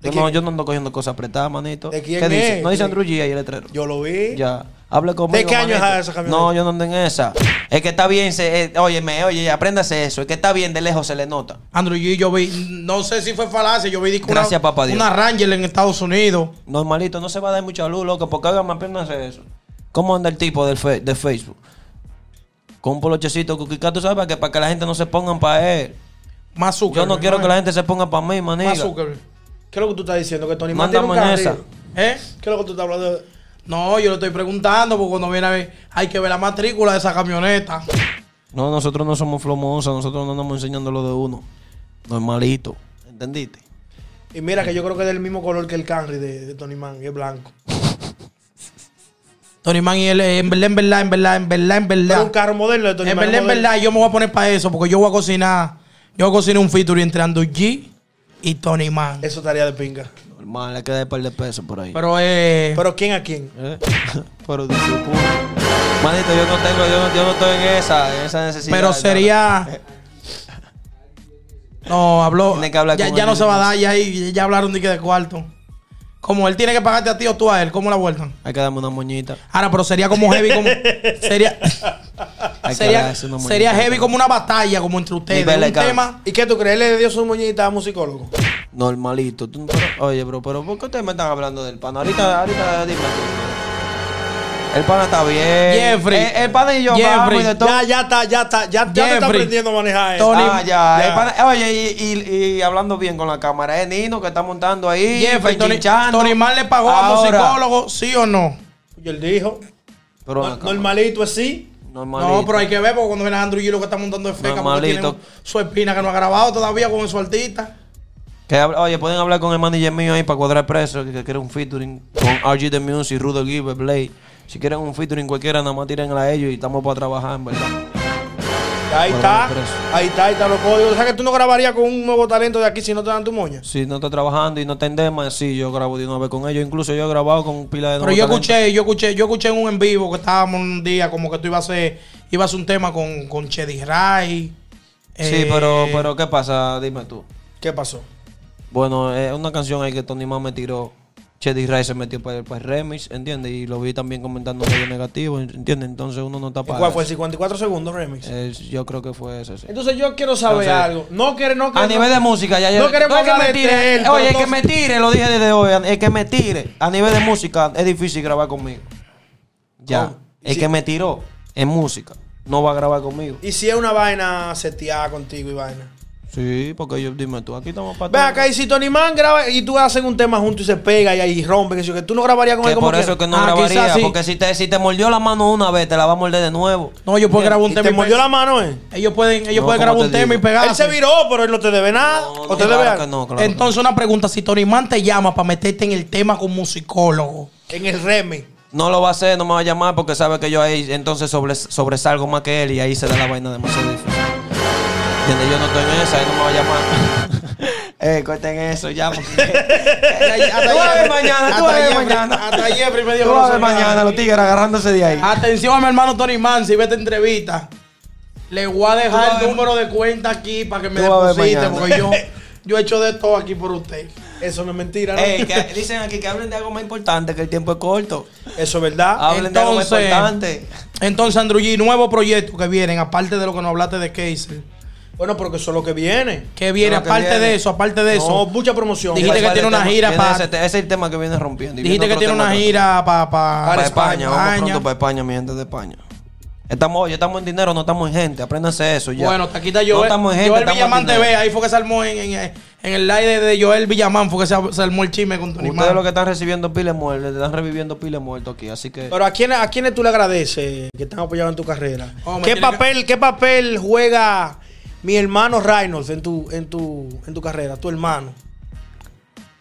S2: ¿De
S3: Yo no,
S2: quién?
S3: yo no ando cogiendo cosas apretadas, manito.
S2: ¿De quién
S3: ¿Qué dice?
S2: es?
S3: No dice
S2: ¿De-
S3: Andrew G ahí el letrero.
S2: Yo lo vi.
S3: Ya. Hable conmigo.
S2: qué año es
S3: manito.
S2: esa camioneta?
S3: No, yo no ando en esa. Es que está bien, se, eh, óyeme, oye, apréndase eso. Es que está bien, de lejos se le nota.
S4: Andrew G, yo vi, no sé si fue falacia, yo vi disco una-
S3: Gracias, papá Dios.
S4: una Ranger en Estados Unidos.
S3: Normalito, no se va a dar mucha luz, loco, porque oigan, apréndanse eso. ¿Cómo anda el tipo del fe- de Facebook? Con un polochecito cuquicá, tú sabes, que para que la gente no se pongan para él.
S4: Más
S3: Yo
S4: Zuckerberg,
S3: no quiero que la
S4: hermano.
S3: gente se ponga para mí,
S4: Más
S3: maniga.
S4: Zuckerberg.
S2: ¿Qué es lo que tú estás diciendo? Que Tony Mann tiene un
S3: Mándame en esa.
S2: carril.
S4: ¿Eh?
S2: ¿Qué es lo que tú estás hablando? de-
S4: No, yo le estoy preguntando porque cuando viene a ver, hay que ver la matrícula de esa camioneta.
S3: No, nosotros no somos flomosas, nosotros no andamos enseñando lo de uno. Normalito, ¿entendiste?
S2: Y mira que yo creo que es del mismo color que el Camry de, de Tony Mann, y es blanco.
S4: Tony Man y él, eh, en verdad, en verdad, en verdad, en verdad, en verdad.
S2: Pero un carro modelo de Tony
S4: en
S2: Man,
S4: verdad,
S2: un
S4: en
S2: modelo.
S4: verdad, yo me voy a poner para eso porque yo voy a cocinar. Yo voy a cocinar un feature entre Andu G y Tony Man.
S2: Eso estaría de pinga.
S3: Normal, le queda un par de pesos por ahí.
S4: Pero eh.
S2: Pero ¿quién a quién?
S3: Eh, Pero de su culo. Manito, yo no tengo, yo no, yo no estoy en esa, en esa necesidad.
S4: Pero sería. No, habló.
S3: Tiene que hablar
S4: ya
S3: con
S4: ya
S3: él
S4: no se va a
S3: mismo.
S4: dar, ya, ahí- ya hablaron de que de cuarto. Como él tiene que pagarte a ti o tú a él, ¿cómo la vuelta?
S3: Hay que darme una moñita.
S4: Ahora, pero sería como heavy, como. Sería.
S3: Hay que
S4: sería
S3: darse una moñita.
S4: sería heavy como una batalla, como entre ustedes.
S3: Nivel
S4: Un
S3: legal.
S4: tema.
S2: ¿Y qué tú crees? ¿Él le dio su moñita a un psicólogo?
S3: Normalito. Tú- pero- oye, bro, pero ¿por qué ustedes me están hablando del pana? Ahorita, ahorita dime tú. El pana está bien. Eh,
S4: Jeffrey.
S3: El, el pana y yo
S4: Jeffrey.
S3: vamos y de todo.
S2: Ya, ya está, ya está, ya, ya te está
S4: Jeffrey.
S2: aprendiendo a manejar eso.
S4: Tony.
S3: Ah, ya.
S2: Ya.
S3: El pana- oye, y, y- y hablando bien con la cámara. Es Nino que está montando ahí.
S4: Jeffrey, Tony,
S3: pechinchando.
S4: Tony Man le pagó a un
S3: Ahora-
S4: psicólogo, ¿sí o no?
S2: Y él dijo,
S3: Pero ven
S2: "No-
S3: acá,
S2: normalito es sí.
S3: Normalito.
S4: No, pero hay que ver, porque cuando viene Andrew G lo que está montando es feca, porque
S3: Normalito.
S4: tiene su espina que no ha grabado todavía con su artista.
S3: Que habla- oye, pueden hablar con el manager mío ahí para cuadrar preso, que, que quieren un featuring con RG The Music, Rudo Giver, Blade. Si quieren un featuring cualquiera, nada más tírenla a ellos y estamos para trabajar, en verdad.
S2: Ahí
S3: Bueno,
S2: está,
S3: por eso.
S2: ahí está, ahí está los códigos. O sea que tú no grabarías con un nuevo talento de aquí si no te dan tu moña.
S3: Si no está trabajando y no está en dema, sí, yo grabo de una vez con ellos. Incluso yo he grabado con pila de
S4: Pero yo escuché, yo escuché, yo escuché en un en vivo que estábamos un día como que tú ibas a hacer, ibas a hacer un tema con, con Chedi Ray.
S3: Sí,
S4: eh,
S3: pero, pero ¿qué pasa? Dime tú.
S2: ¿Qué pasó?
S3: Bueno, es una canción ahí que Tony Man me tiró. Chedi Ray se metió para el, para el remix, ¿entiendes? Y lo vi también comentando medio negativo, ¿entiendes? Entonces uno no está
S2: ¿Y
S3: para.
S2: ¿Cuál fue? ¿El
S3: eso.
S2: 54 segundos remix?
S3: Eh, yo creo que fue eso, sí.
S2: Entonces yo quiero saber algo.
S3: Entonces,
S2: No quiere, no quiere.
S3: A nivel de música, ya ya-
S2: No queremos
S3: es que
S2: hablar
S3: me
S2: de
S3: tire.
S2: él,
S3: eh, Oye,
S2: pero
S3: es que
S2: no-
S3: me tire, lo dije desde hoy. Es que me tire. A nivel de música, es difícil grabar conmigo. Ya.
S2: ¿Cómo?
S3: El
S2: Sí.
S3: que me tiró en música no va a grabar conmigo.
S2: Y si es una vaina seteada contigo y vaina.
S3: Sí, porque yo dime tú, aquí estamos para
S2: Ve acá, y si Tony Man graba y tú hacen un tema junto y se pega y ahí rompe, que, sé yo, que tú no grabarías con él
S3: Que
S2: como
S3: por eso que no
S4: Ah,
S3: grabaría.
S4: quizás sí.
S3: Porque si te, si te mordió la mano una vez, te la va a morder de nuevo.
S4: No, yo puedo grabar un
S2: Y te
S4: tema. y
S2: mordió
S4: pe-
S2: la mano, ¿eh?
S4: Ellos pueden, ellos
S3: No,
S4: pueden
S3: ¿cómo
S4: grabar
S3: te
S4: un tema y
S3: digo?
S4: pegarse.
S2: Él se viró, pero él no te debe nada.
S3: No,
S2: o te
S3: claro
S2: debe
S3: que
S2: algo.
S3: no, claro que
S4: Entonces una pregunta, si Tony Man te llama para meterte en el tema como musicólogo,
S2: En el remix.
S3: No lo va a hacer, no me va a llamar porque sabe que yo ahí entonces sobre, sobresalgo más que él y ahí se da la vaina demasiado difícil. ¿Entiendes? Yo no estoy en esa, él no me va a llamar. eh, corten eso, llamo. tú vas a ver mañana, tú vas a ver mañana.
S4: Hasta Jeffrey me dijo
S3: Tú
S4: que
S3: vas a ver
S4: no soñaba.
S3: mañana, los tigres agarrándose de ahí.
S4: Atención a mi hermano Tony Man, si ve esta entrevista, le voy a
S3: Tú vas a
S4: dejar el
S3: ver-
S4: número de cuenta aquí para que me
S3: Tú vas a ver
S4: deposite,
S3: mañana.
S4: porque yo, yo he hecho de todo aquí por usted.
S2: Eso no es mentira, ¿no?
S3: Ey, eh, que dicen aquí que hablen de algo más importante, que el tiempo es corto.
S2: Eso es verdad.
S3: Hablen de algo más
S4: Entonces-
S3: importante.
S4: Entonces, Andrew G, nuevos proyectos que vienen, aparte de lo que nos hablaste de Kaiser.
S2: Bueno, porque eso es lo que viene.
S4: Que viene,
S3: Lo que
S4: aparte
S3: viene.
S4: de eso, aparte de
S2: No,
S4: eso.
S2: mucha promoción.
S4: Dijiste que
S3: Igual
S4: tiene
S3: el
S4: una
S3: tema-
S4: gira
S3: viene
S4: pa-
S3: ese te- Ese es el tema que viene rompiendo. y viene
S4: Dijiste que
S3: otro
S4: tiene
S3: tema
S4: una
S3: atrás.
S4: gira para
S3: para,
S2: España.
S3: España. Vamos pronto para España, mi gente de España. Estamos, oye, estamos en dinero, no estamos en gente. Apréndanse eso ya.
S4: Bueno, aquí está Joel.
S3: No estamos en gente,
S4: Joel
S3: estamos en
S4: Villamán
S3: dinero.
S4: TV. Ahí fue que se armó en, en- en el live de, de Joel Villamán. Fue que se, se armó el chisme con Tony
S3: Ustedes
S4: Man.
S3: lo que están recibiendo piles muertos, están reviviendo piles muertos aquí. Así que
S2: Pero ¿a quiénes a quiénes tú le agradeces que están apoyando en tu carrera?
S4: Oh, me
S2: ¿Qué,
S4: tiene
S2: papel, ¿Qué papel juega mi hermano Reynolds en tu, en tu, en tu carrera? Tu hermano.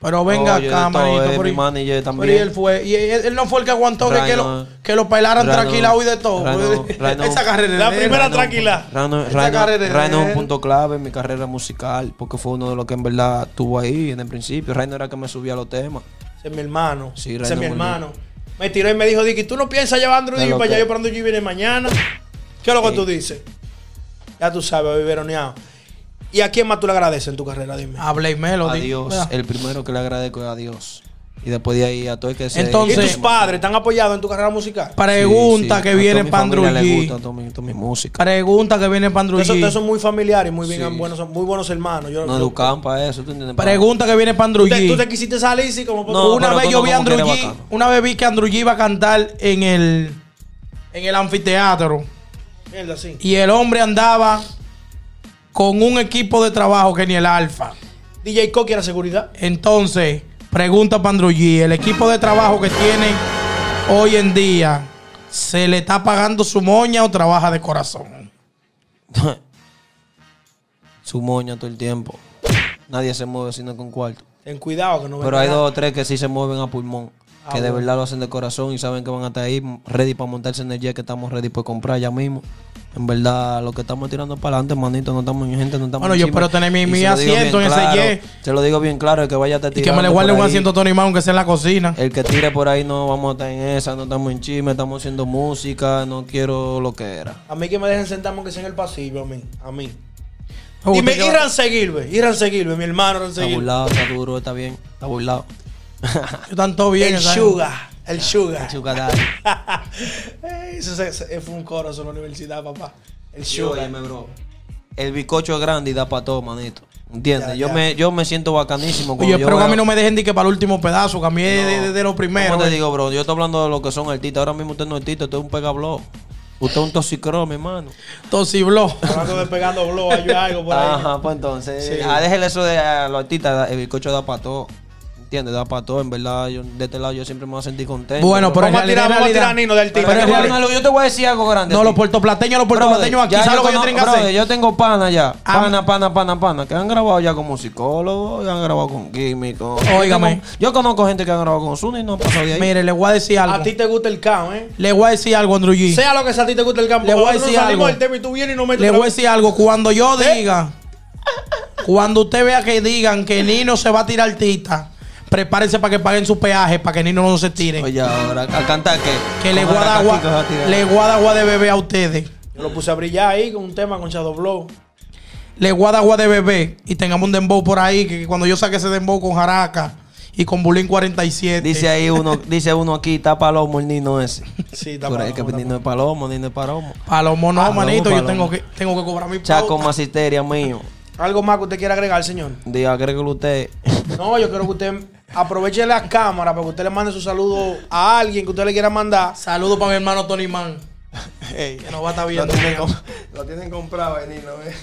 S4: Pero venga
S3: Oye,
S4: acá,
S3: esto es
S4: manito. pero
S3: mi
S4: y-
S3: manager
S4: pero
S3: también.
S4: y él fue. Y él, él no fue el que aguantó que- que,
S3: Rhino,
S4: lo, que lo bailaran
S3: Rhino,
S4: tranquilado y de todo.
S3: Rhino, Rhino.
S4: Esa carrera.
S2: La
S4: de él.
S2: primera tranquila.
S3: Rano,
S4: Esta
S3: Rano-
S4: carrera de
S3: Rano es un
S4: él.
S3: punto clave en mi carrera musical, porque fue uno de los que en verdad estuvo ahí en el principio. Rano era el que me subía los temas.
S2: Ese es mi hermano.
S3: Sí,
S2: Ese es mi
S3: Reynolds
S2: hermano. Me tiró y me dijo, Dicky, ¿tú no piensas llevar a Andrew
S3: Es
S2: G
S3: lo
S2: para allá?
S3: que-
S2: Yo para Andrew G viene mañana. ¿Qué es lo que
S3: Sí.
S2: tú dices? Ya tú sabes, biberoneado. ¿Y a quién más tú le agradeces en tu carrera? Dime.
S4: A Blake Melody.
S3: A Dios,
S4: ¿verdad?
S3: el primero que le agradezco es a Dios. Y después de ahí a todo el que se
S2: ¿Y
S4: Entonces-
S2: tus padres están apoyados en tu carrera musical?
S4: Pregunta
S3: Sí, sí.
S4: que
S3: A
S4: viene
S3: toda mi
S4: para Andrew
S3: familia Le
S4: G.
S3: gusta toda mi, toda mi música.
S4: Pregunta que viene para Andrew
S2: Ustedes son- ustedes
S4: G.
S2: son muy familiares, muy bien,
S3: Sí.
S2: buenos, muy buenos hermanos. Yo,
S3: Nos
S2: yo-
S3: educaban para eso, ¿tú entiendes? Para-
S4: Pregunta que viene para Andrew
S2: ¿Tú te, tú te
S4: G.
S2: quisiste salir, sí, como
S3: No,
S4: una
S3: pero
S4: vez
S3: tú
S4: yo
S3: no,
S4: vi a
S3: como
S4: Andrew
S3: que eres
S4: G.
S3: bacano.
S4: Una vez vi que Andrew G iba a cantar en el, en el anfiteatro.
S2: Mierda, sí.
S4: Y el hombre andaba con un equipo de trabajo que ni el Alfa.
S2: DJ Coqui era seguridad.
S4: Entonces, pregunta para Andrew G. El equipo de trabajo que tiene hoy en día, ¿se le está pagando su moña o trabaja de corazón?
S3: Su moña todo el tiempo. Nadie se mueve sino con cuarto.
S2: Ten cuidado que no
S3: Pero hay dos o tres que sí se mueven a pulmón.
S4: Ah,
S3: que de verdad lo hacen de corazón y saben que van a estar ahí ready para montarse en el jet que estamos ready para comprar ya mismo. En verdad, lo que estamos tirando para adelante, manito, no estamos en gente, no estamos
S4: Bueno,
S3: en
S4: yo
S3: chisme.
S4: espero tener mi-
S3: Y se
S4: mi
S3: lo digo bien
S4: asiento en ese
S3: claro,
S4: jet.
S3: Se lo digo bien claro, el que vaya a estar
S4: Y que me le
S3: tirando
S4: guarde
S3: por
S4: un
S3: ahí. Eh,
S4: asiento a Tony Mann, aunque sea en la cocina.
S3: El que tire por ahí no vamos a estar en esa, no estamos en chisme, estamos haciendo música, no quiero lo que era.
S2: A mí que me dejen sentarme aunque sea en el pasillo, a mí. A mí.
S4: Me
S2: Y me,
S4: gusta que-
S2: y Ranceguilbe, y Ranceguilbe, mi hermano
S3: Está
S2: Ranceguilbe.
S3: burlado, está duro, está bien, está burlado.
S4: Yo tanto bien.
S2: El
S4: ¿sabes?
S2: Sugar, el Sugar.
S3: Ah, Sugar daddy.
S2: Ey, eso, se- se- fue un coro eso en la universidad, papá. El
S3: Sí,
S2: Sugar.
S3: óyeme, bro. El bicocho es grande y da para todo, manito. ¿Entiendes?
S2: Ya,
S3: yo,
S2: ya.
S3: Me, yo me siento bacanísimo.
S4: Oye,
S3: cuando
S4: espero que
S3: veo-
S4: a mí no me dejen de que para el último pedazo, que a mí es de, de- de lo primero.
S3: ¿Cómo te
S4: eh.
S3: digo, bro? Yo estoy hablando de lo que son artistas. Ahora mismo usted no es artista, usted es un pegablo. Usted es un toxicro, mi hermano.
S4: Tosiblo.
S2: Hablando de pegando blow, hay algo por ahí.
S3: Ajá, pues entonces.
S2: Sí.
S3: ah, déjele eso de a los artistas. El bicocho da para todo. ¿Entiendes? Da para todo. En verdad, yo, de este lado yo siempre me voy a sentir contento.
S4: Bueno, pero en
S2: Vamos a tirar,
S4: realidad,
S2: vamos a
S4: en
S2: tirar
S4: realidad-
S2: Nino del
S3: Pero
S2: tipo.
S4: en
S3: es que,
S4: realidad-
S3: hermano, yo te voy a decir algo grande. a
S4: No,
S3: ti.
S4: los puertorplateños, los
S3: Brother,
S4: puertorplateños aquí,
S3: ya
S4: ¿sabes
S3: yo
S4: lo que yo
S3: cono-
S4: tienen que hacer?
S3: brother, yo tengo panas ya.
S4: Ah.
S3: Pana, pana, pana, pana. Que han grabado ya como psicólogos, que han grabado con químicos. Yo
S4: Óigame.
S3: tengo- Yo, conozco gente que han grabado con Zuni y no han pasado de ahí.
S4: Mire, le voy a decir
S2: A
S4: algo.
S2: ti te gusta el camp, ¿eh?
S4: Le voy a decir algo, Andrew G.
S2: Sea lo que sea, a ti te gusta el campo.
S4: Le voy a
S2: Nosotros
S4: decir algo.
S2: salimos del tema y tú vienes y no metes
S4: Le
S2: otra
S4: voy a
S2: vez.
S4: decir algo. Cuando yo diga, cuando usted vea que digan que Nino se va a tirar artista, prepárense para que paguen su peaje, para que Nino no se tire.
S3: Oye, ahora, a cantar que.
S4: que le voy a dar agua, le voy a dar agua de bebé a ustedes.
S2: Yo lo puse a brillar ahí con un tema con Shadow Blow.
S4: Le voy a dar agua de bebé y tengamos un dembow por ahí, que cuando yo saque ese dembow con Jaraca y con Bulín 47.
S3: Dice ahí uno, dice uno aquí, está palomo el nino ese.
S2: Sí, está
S3: Por ahí
S2: palomo,
S3: que
S2: está
S3: nino es palomo, nino es palomo.
S4: Palomo, no,
S3: Palomo,
S4: manito, yo
S3: palomo.
S4: tengo que, tengo que cobrar mi
S3: Chaco
S4: pauta.
S3: Macisteria mío.
S2: ¿Algo más que usted quiera agregar, señor?
S3: Diga, creo que usted.
S2: No, yo quiero que usted aproveche la cámara para que usted le mande su saludo a alguien que usted le quiera mandar.
S4: Saludos para mi hermano Tony Man, que nos va a estar viendo.
S3: Lo tienen comprado, el nino, eh.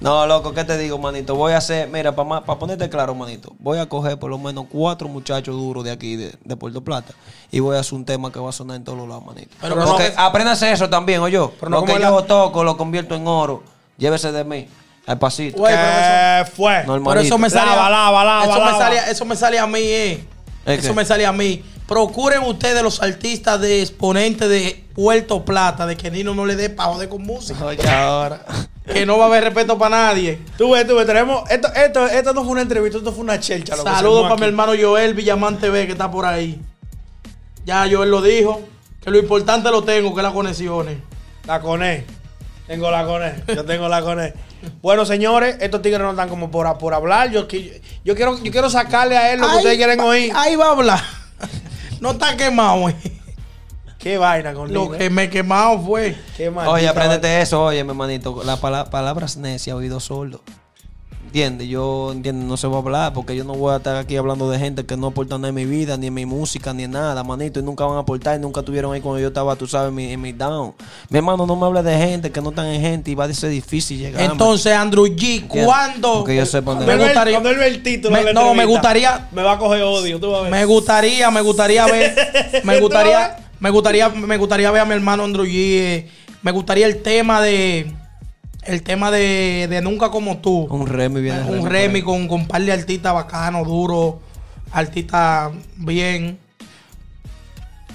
S3: No, loco, ¿qué te digo, manito? Voy a hacer, mira, para ponerte claro, manito, voy a coger por lo menos cuatro muchachos duros de aquí, de, de Puerto Plata, y voy a hacer un tema que va a sonar en todos los lados, manito.
S4: Pero
S3: Porque
S4: no que-
S3: apréndase eso también, oye.
S2: Pero no
S3: lo que
S2: como
S3: yo
S2: la-
S3: toco lo convierto en oro. Llévese de mí, al pasito.
S4: Güey, pero
S2: ¿Qué fue?
S3: No, el
S4: Pero eso me sale,
S2: Lava,
S4: a-
S2: lava, lava,
S4: eso
S2: lava.
S4: me sale, eso me sale a mí, eh.
S3: ¿El
S4: Eso
S3: qué?
S4: me sale a mí. Procuren ustedes los artistas de exponente de Puerto Plata, de que Nino no le dé pa' joder con música.
S3: Oye, ahora.
S4: que no va a haber respeto para nadie.
S2: Tú ves, tú ves, tenemos. Esto, esto, esto no fue una entrevista, esto fue una chelcha. lo que
S4: Saludos
S2: hacemos
S4: para mi
S2: aquí.
S4: hermano Joel Villamante B, que está por ahí. Ya Joel lo dijo, que lo importante lo tengo, que es las conexiones.
S2: La coné. Tengo la coné. Yo tengo la coné. Bueno, señores, estos tigres no están como por, por hablar. Yo, qui- yo, quiero, yo quiero sacarle a él lo que
S4: Ahí
S2: ustedes quieren
S4: va-
S2: oír.
S4: Ahí va a hablar. No está quemado, eh.
S2: Qué vaina con
S4: Lo
S2: Nino,
S4: que
S2: eh.
S4: me quemado fue.
S2: Qué maldita
S3: Oye,
S2: vaina.
S3: apréndete eso, oye, mi hermanito. Las pala- palabras necias, oído sordo. ¿Entiendes? Yo entiendo, no se va a hablar porque yo no voy a estar aquí hablando de gente que no aporta nada en mi vida, ni en mi música, ni en nada, manito. Y nunca van a aportar y nunca estuvieron ahí cuando yo estaba, tú sabes, en mi, en mi down. Mi hermano, no me hables de gente que no están en gente y va a ser difícil llegar. man.
S4: Entonces, Andrew G,
S3: ¿Entiendes?
S4: ¿cuándo?
S3: Porque yo sepa dónde
S4: me
S2: Cuando él-
S4: gustaría,
S2: cuando él ve el título
S4: me-
S2: de la
S4: no, me
S2: entrevista,
S4: gustaría-
S2: Me va a coger odio, tú vas a ver.
S4: me gustaría, me gustaría ver, me gustaría, me gustaría, me gustaría ver a mi hermano Andrew G. eh, me gustaría el tema de, el tema de, de Nunca Como Tú.
S3: Un remi viene.
S4: un
S3: por
S4: Remy
S3: ahí.
S4: con, con un par de artistas bacanos, duros, artistas bien.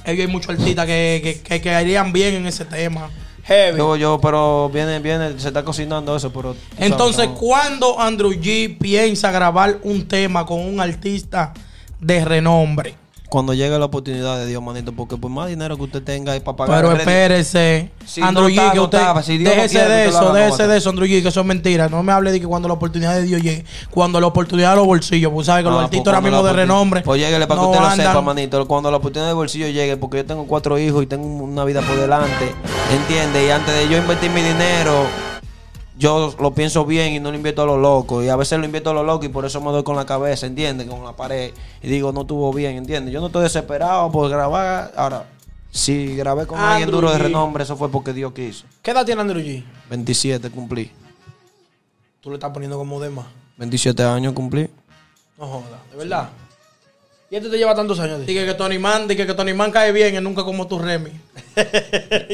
S4: Ahí Hay muchos artistas que, que, que quedarían bien en ese tema.
S2: Heavy.
S3: Yo, yo, pero viene, viene, se está cocinando eso, pero. tú sabes,
S4: Entonces,
S3: no.
S4: ¿cuándo Andrew G piensa grabar un tema con un artista de renombre?
S3: cuando llegue la oportunidad de Dios, manito, porque por más dinero que usted tenga ahí para pagar.
S4: Pero
S3: el crédito-
S4: espérese,
S3: Si
S4: Andrew
S3: no
S4: G,
S3: está,
S4: que
S3: no
S4: usted.
S3: está. Si Dios no
S4: déjese
S3: quiere,
S4: de
S3: usted lo
S4: eso,
S3: haga, no
S4: déjese
S3: va a
S4: de eso, Andrew G, que eso es mentira. No me hable de que cuando la oportunidad de Dios llegue, cuando la oportunidad de los bolsillos, pues sabe que los
S3: Ah,
S4: artistas
S3: pues
S4: ahora
S3: cuando
S4: mismo
S3: la
S4: de
S3: oportun-
S4: renombre.
S3: Pues lléguele para que
S4: no
S3: usted lo
S4: andan.
S3: sepa, manito. Cuando la oportunidad de bolsillo llegue, porque yo tengo cuatro hijos y tengo una vida por delante. ¿Entiendes? Y antes de yo invertir mi dinero, yo lo pienso bien y no lo invierto a lo loco. Y a veces lo invierto a lo loco y por eso me doy con la cabeza, ¿entiendes? Con la pared. Y digo, no estuvo bien, ¿entiendes? Yo no estoy desesperado por grabar. Ahora, si grabé con alguien
S2: Andrew
S3: duro de
S2: G.
S3: renombre, eso fue porque Dios quiso.
S2: ¿Qué edad tiene Andrew G?
S3: 27 cumplí.
S2: Tú le estás poniendo como de más.
S3: 27 años cumplí.
S2: No jodas, de verdad. ¿Y esto te lleva tantos años?
S4: Dije que Tony Man, dije que Tony Man cae bien, es nunca como tu Remy.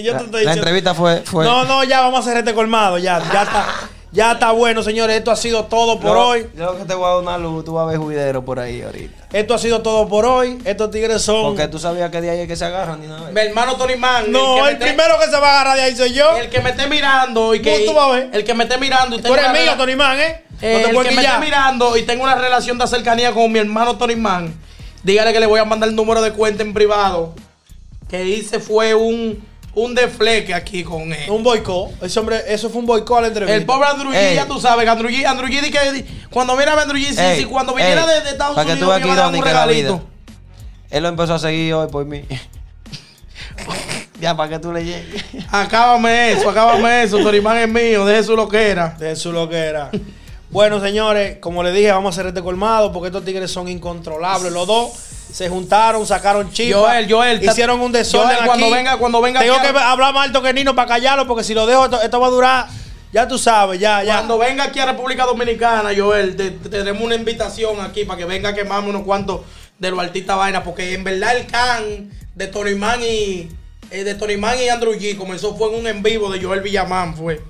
S2: Yo te
S3: La, la entrevista fue... fue
S2: No, no, ya vamos a hacer este colmado, ya, ya está. Ya está bueno, señores. Esto ha sido todo por
S3: Yo-
S2: hoy.
S3: Yo que te voy a dar una luz, tú vas a ver juidero por ahí ahorita.
S2: Esto ha sido todo por hoy. Estos tigres son.
S3: Porque tú sabías que de ahí es que se agarran ni nada.
S4: Mi hermano Tony Man.
S2: No,
S4: que
S2: el
S4: me esté-
S2: primero que se va a agarrar de ahí soy yo.
S4: El que me esté mirando y que.
S2: Tú vas a ver.
S4: El que me esté mirando y
S2: Tú eres
S4: una
S2: mío,
S4: rela-
S2: Tony Man, ¿eh?
S4: Eh,
S2: no te
S4: el
S2: puedes
S4: que me esté
S2: quillar.
S4: mirando y tengo una relación de cercanía con mi hermano Tony Man, dígale que le voy a mandar el número de cuenta en privado. Que hice fue un, un defleque aquí con él.
S2: Un boicot. Ese hombre, eso fue un boicot a la entrevista.
S4: El pobre Andrew G,
S3: Ey.
S4: ya tú sabes, que Andrew G, Andrew G, di que di- cuando viera a Andrew G, sí,
S3: Ey,
S4: sí, cuando viniera
S3: ey,
S4: de, de Estados
S3: pa' que tú
S4: Unidos,
S3: veas
S4: me iba a dar
S3: aquí,
S4: un
S3: Donny, que la
S4: regalito.
S3: Él lo empezó a seguir hoy por mí. ya, para que tú le llegues.
S4: Acábame eso, acábame eso, Tony Man es mío, deje su loquera.
S2: De su loquera. bueno, señores, como les dije, vamos a hacer este colmado porque estos tigres son incontrolables. Los dos se juntaron, sacaron chispas.
S4: Joel, Joel, ta-
S2: Hicieron un desorden
S4: Joel, cuando
S2: aquí.
S4: venga- cuando venga
S2: Tengo
S4: aquí
S2: que
S4: a-
S2: hablar más alto que Nino para callarlo porque si lo dejo, esto, esto va a durar. Ya tú sabes, ya, ya.
S4: Cuando venga aquí a República Dominicana, Joel, te, te tenemos una invitación aquí para que venga a quemarme unos cuantos de los artistas vaina, porque en verdad el can de Tony Man y eh, de Tony Man y Andrew G comenzó fue en un en vivo de Joel Villamán, fue.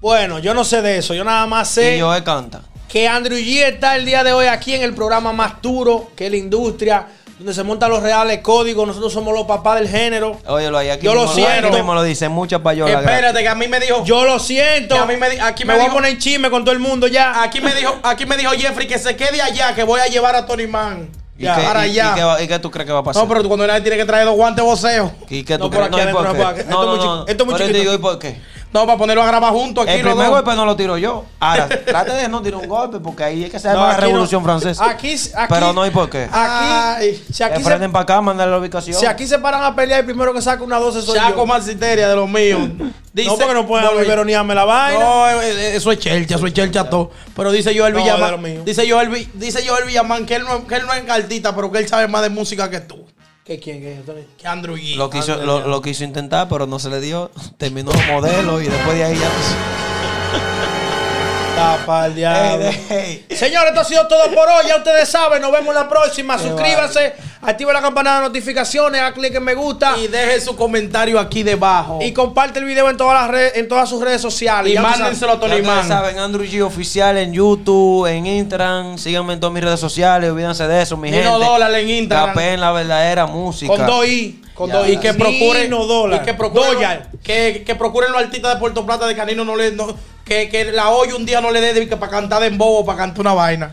S2: Bueno, yo no sé de eso. Yo nada más sé.
S3: Y yo él canta.
S2: que Andrew G está el día de hoy aquí en el programa más duro que es la industria, donde se montan los reales códigos. Nosotros somos los papás del género.
S3: Óyelo ahí, aquí
S2: Yo lo
S3: mismo,
S2: siento.
S3: Aquí mismo lo dicen muchas payolas. gracias.
S4: Espérate, que a mí me dijo
S2: Yo lo siento.
S4: Que a mí me di- aquí me
S2: voy
S4: dijo-
S2: a poner en chisme con todo el mundo ya.
S4: aquí me dijo, aquí me dijo Jeffrey que se quede allá, que voy a llevar a Tony Man
S3: ¿Y,
S4: ya,
S3: qué,
S4: para
S3: y- y
S4: allá.
S3: qué va- y qué tú crees que va a pasar?
S4: no, pero tú cuando nadie tiene que traer dos guantes voceo.
S3: ¿Y qué tú
S2: No, por
S3: crees?
S2: aquí
S3: No, ¿y
S2: adentro,
S3: por
S2: no,
S3: qué?
S2: por aquí. Esto
S3: No,
S2: es
S3: no,
S2: muy
S3: no.
S2: chiqui- esto es muy
S3: Pero yo te
S2: chiquito.
S3: digo, ¿y por qué?
S4: No, para ponerlo a grabar juntos aquí
S3: El
S4: los
S3: primer
S4: dos.
S3: golpe no lo tiro yo. Ahora, trate de no tirar un golpe porque ahí es que se
S2: No,
S3: llama la
S2: aquí no.
S3: Revolución Francesa.
S2: Aquí- aquí-
S3: Pero no, ¿y por qué?
S2: Aquí,
S4: Ay.
S2: si aquí, se,
S3: Eh, prenden para acá, mandan la ubicación.
S2: si aquí se paran a pelear, el primero que saca una 12 soy
S4: Chaco
S2: yo.
S4: Marciteria de los míos. Dice,
S2: no, porque no pueden
S4: Bueno,
S2: liberonearme la vaina.
S4: No, eh, eh, eso es chelcha, eso es chelcha todo. Pero dice Joel
S2: No, de lo
S4: Villamán,
S2: mío.
S4: dice Joel, Vi- dice Joel Villamán que él no, que él no es cartita, pero que él sabe más de música que tú,
S2: ¿Qué quién? ¿Qué Tony?
S4: que Andrew G.
S3: Lo quiso, lo, lo quiso intentar, pero no se le dio. Terminó los modelos y después de ahí ya.
S2: Tapa
S4: Eh,
S2: el diablo.
S3: Ey, ey.
S2: Señores, esto ha sido todo por hoy. Ya ustedes saben, nos vemos la próxima. Suscríbanse, activen la campanada de notificaciones, hagan clic en me gusta.
S4: Ah, Y deje su comentario aquí debajo.
S2: Y
S4: Y,
S2: comparte el video en todas las redes, en todas sus redes sociales. Ya tú sabes.
S4: mándenselo a
S3: Ya
S4: Tony
S3: ustedes
S4: Man.
S3: saben, Andrew G oficial en YouTube, en Instagram. Síganme en todas mis redes sociales. Olvídense de eso, mi
S4: Nino
S3: gente.
S4: Dólar en Instagram.
S3: Capeen la verdadera música.
S2: Con dos i, con
S3: Ya,
S2: dos i
S4: Y que procuren,
S2: Nino dólar,
S4: y que procuren,
S2: dólar.
S4: que, que procuren los artistas de Puerto Plata de Canino no le no- que, que la hoy un día no le dé para cantar en bobo, para cantar una vaina.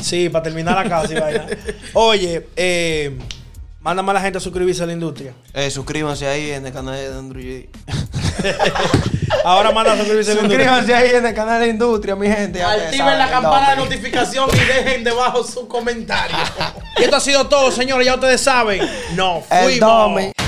S2: Sí, para terminar la casa y vaina. Oye, eh, mándame a la gente a suscribirse a la industria.
S3: Eh, suscríbanse ahí en el canal de Andrew G.
S2: Ahora manda a suscribirse a la industria.
S3: suscríbanse ahí en el canal de Industria, mi gente. Ya ustedes
S4: Activen la
S3: saben,
S4: campana de
S3: no,
S4: notificación y dejen debajo su comentario.
S2: Y esto ha sido todo, señores. Ya ustedes saben. No
S3: El
S2: fuimos.
S3: Domi.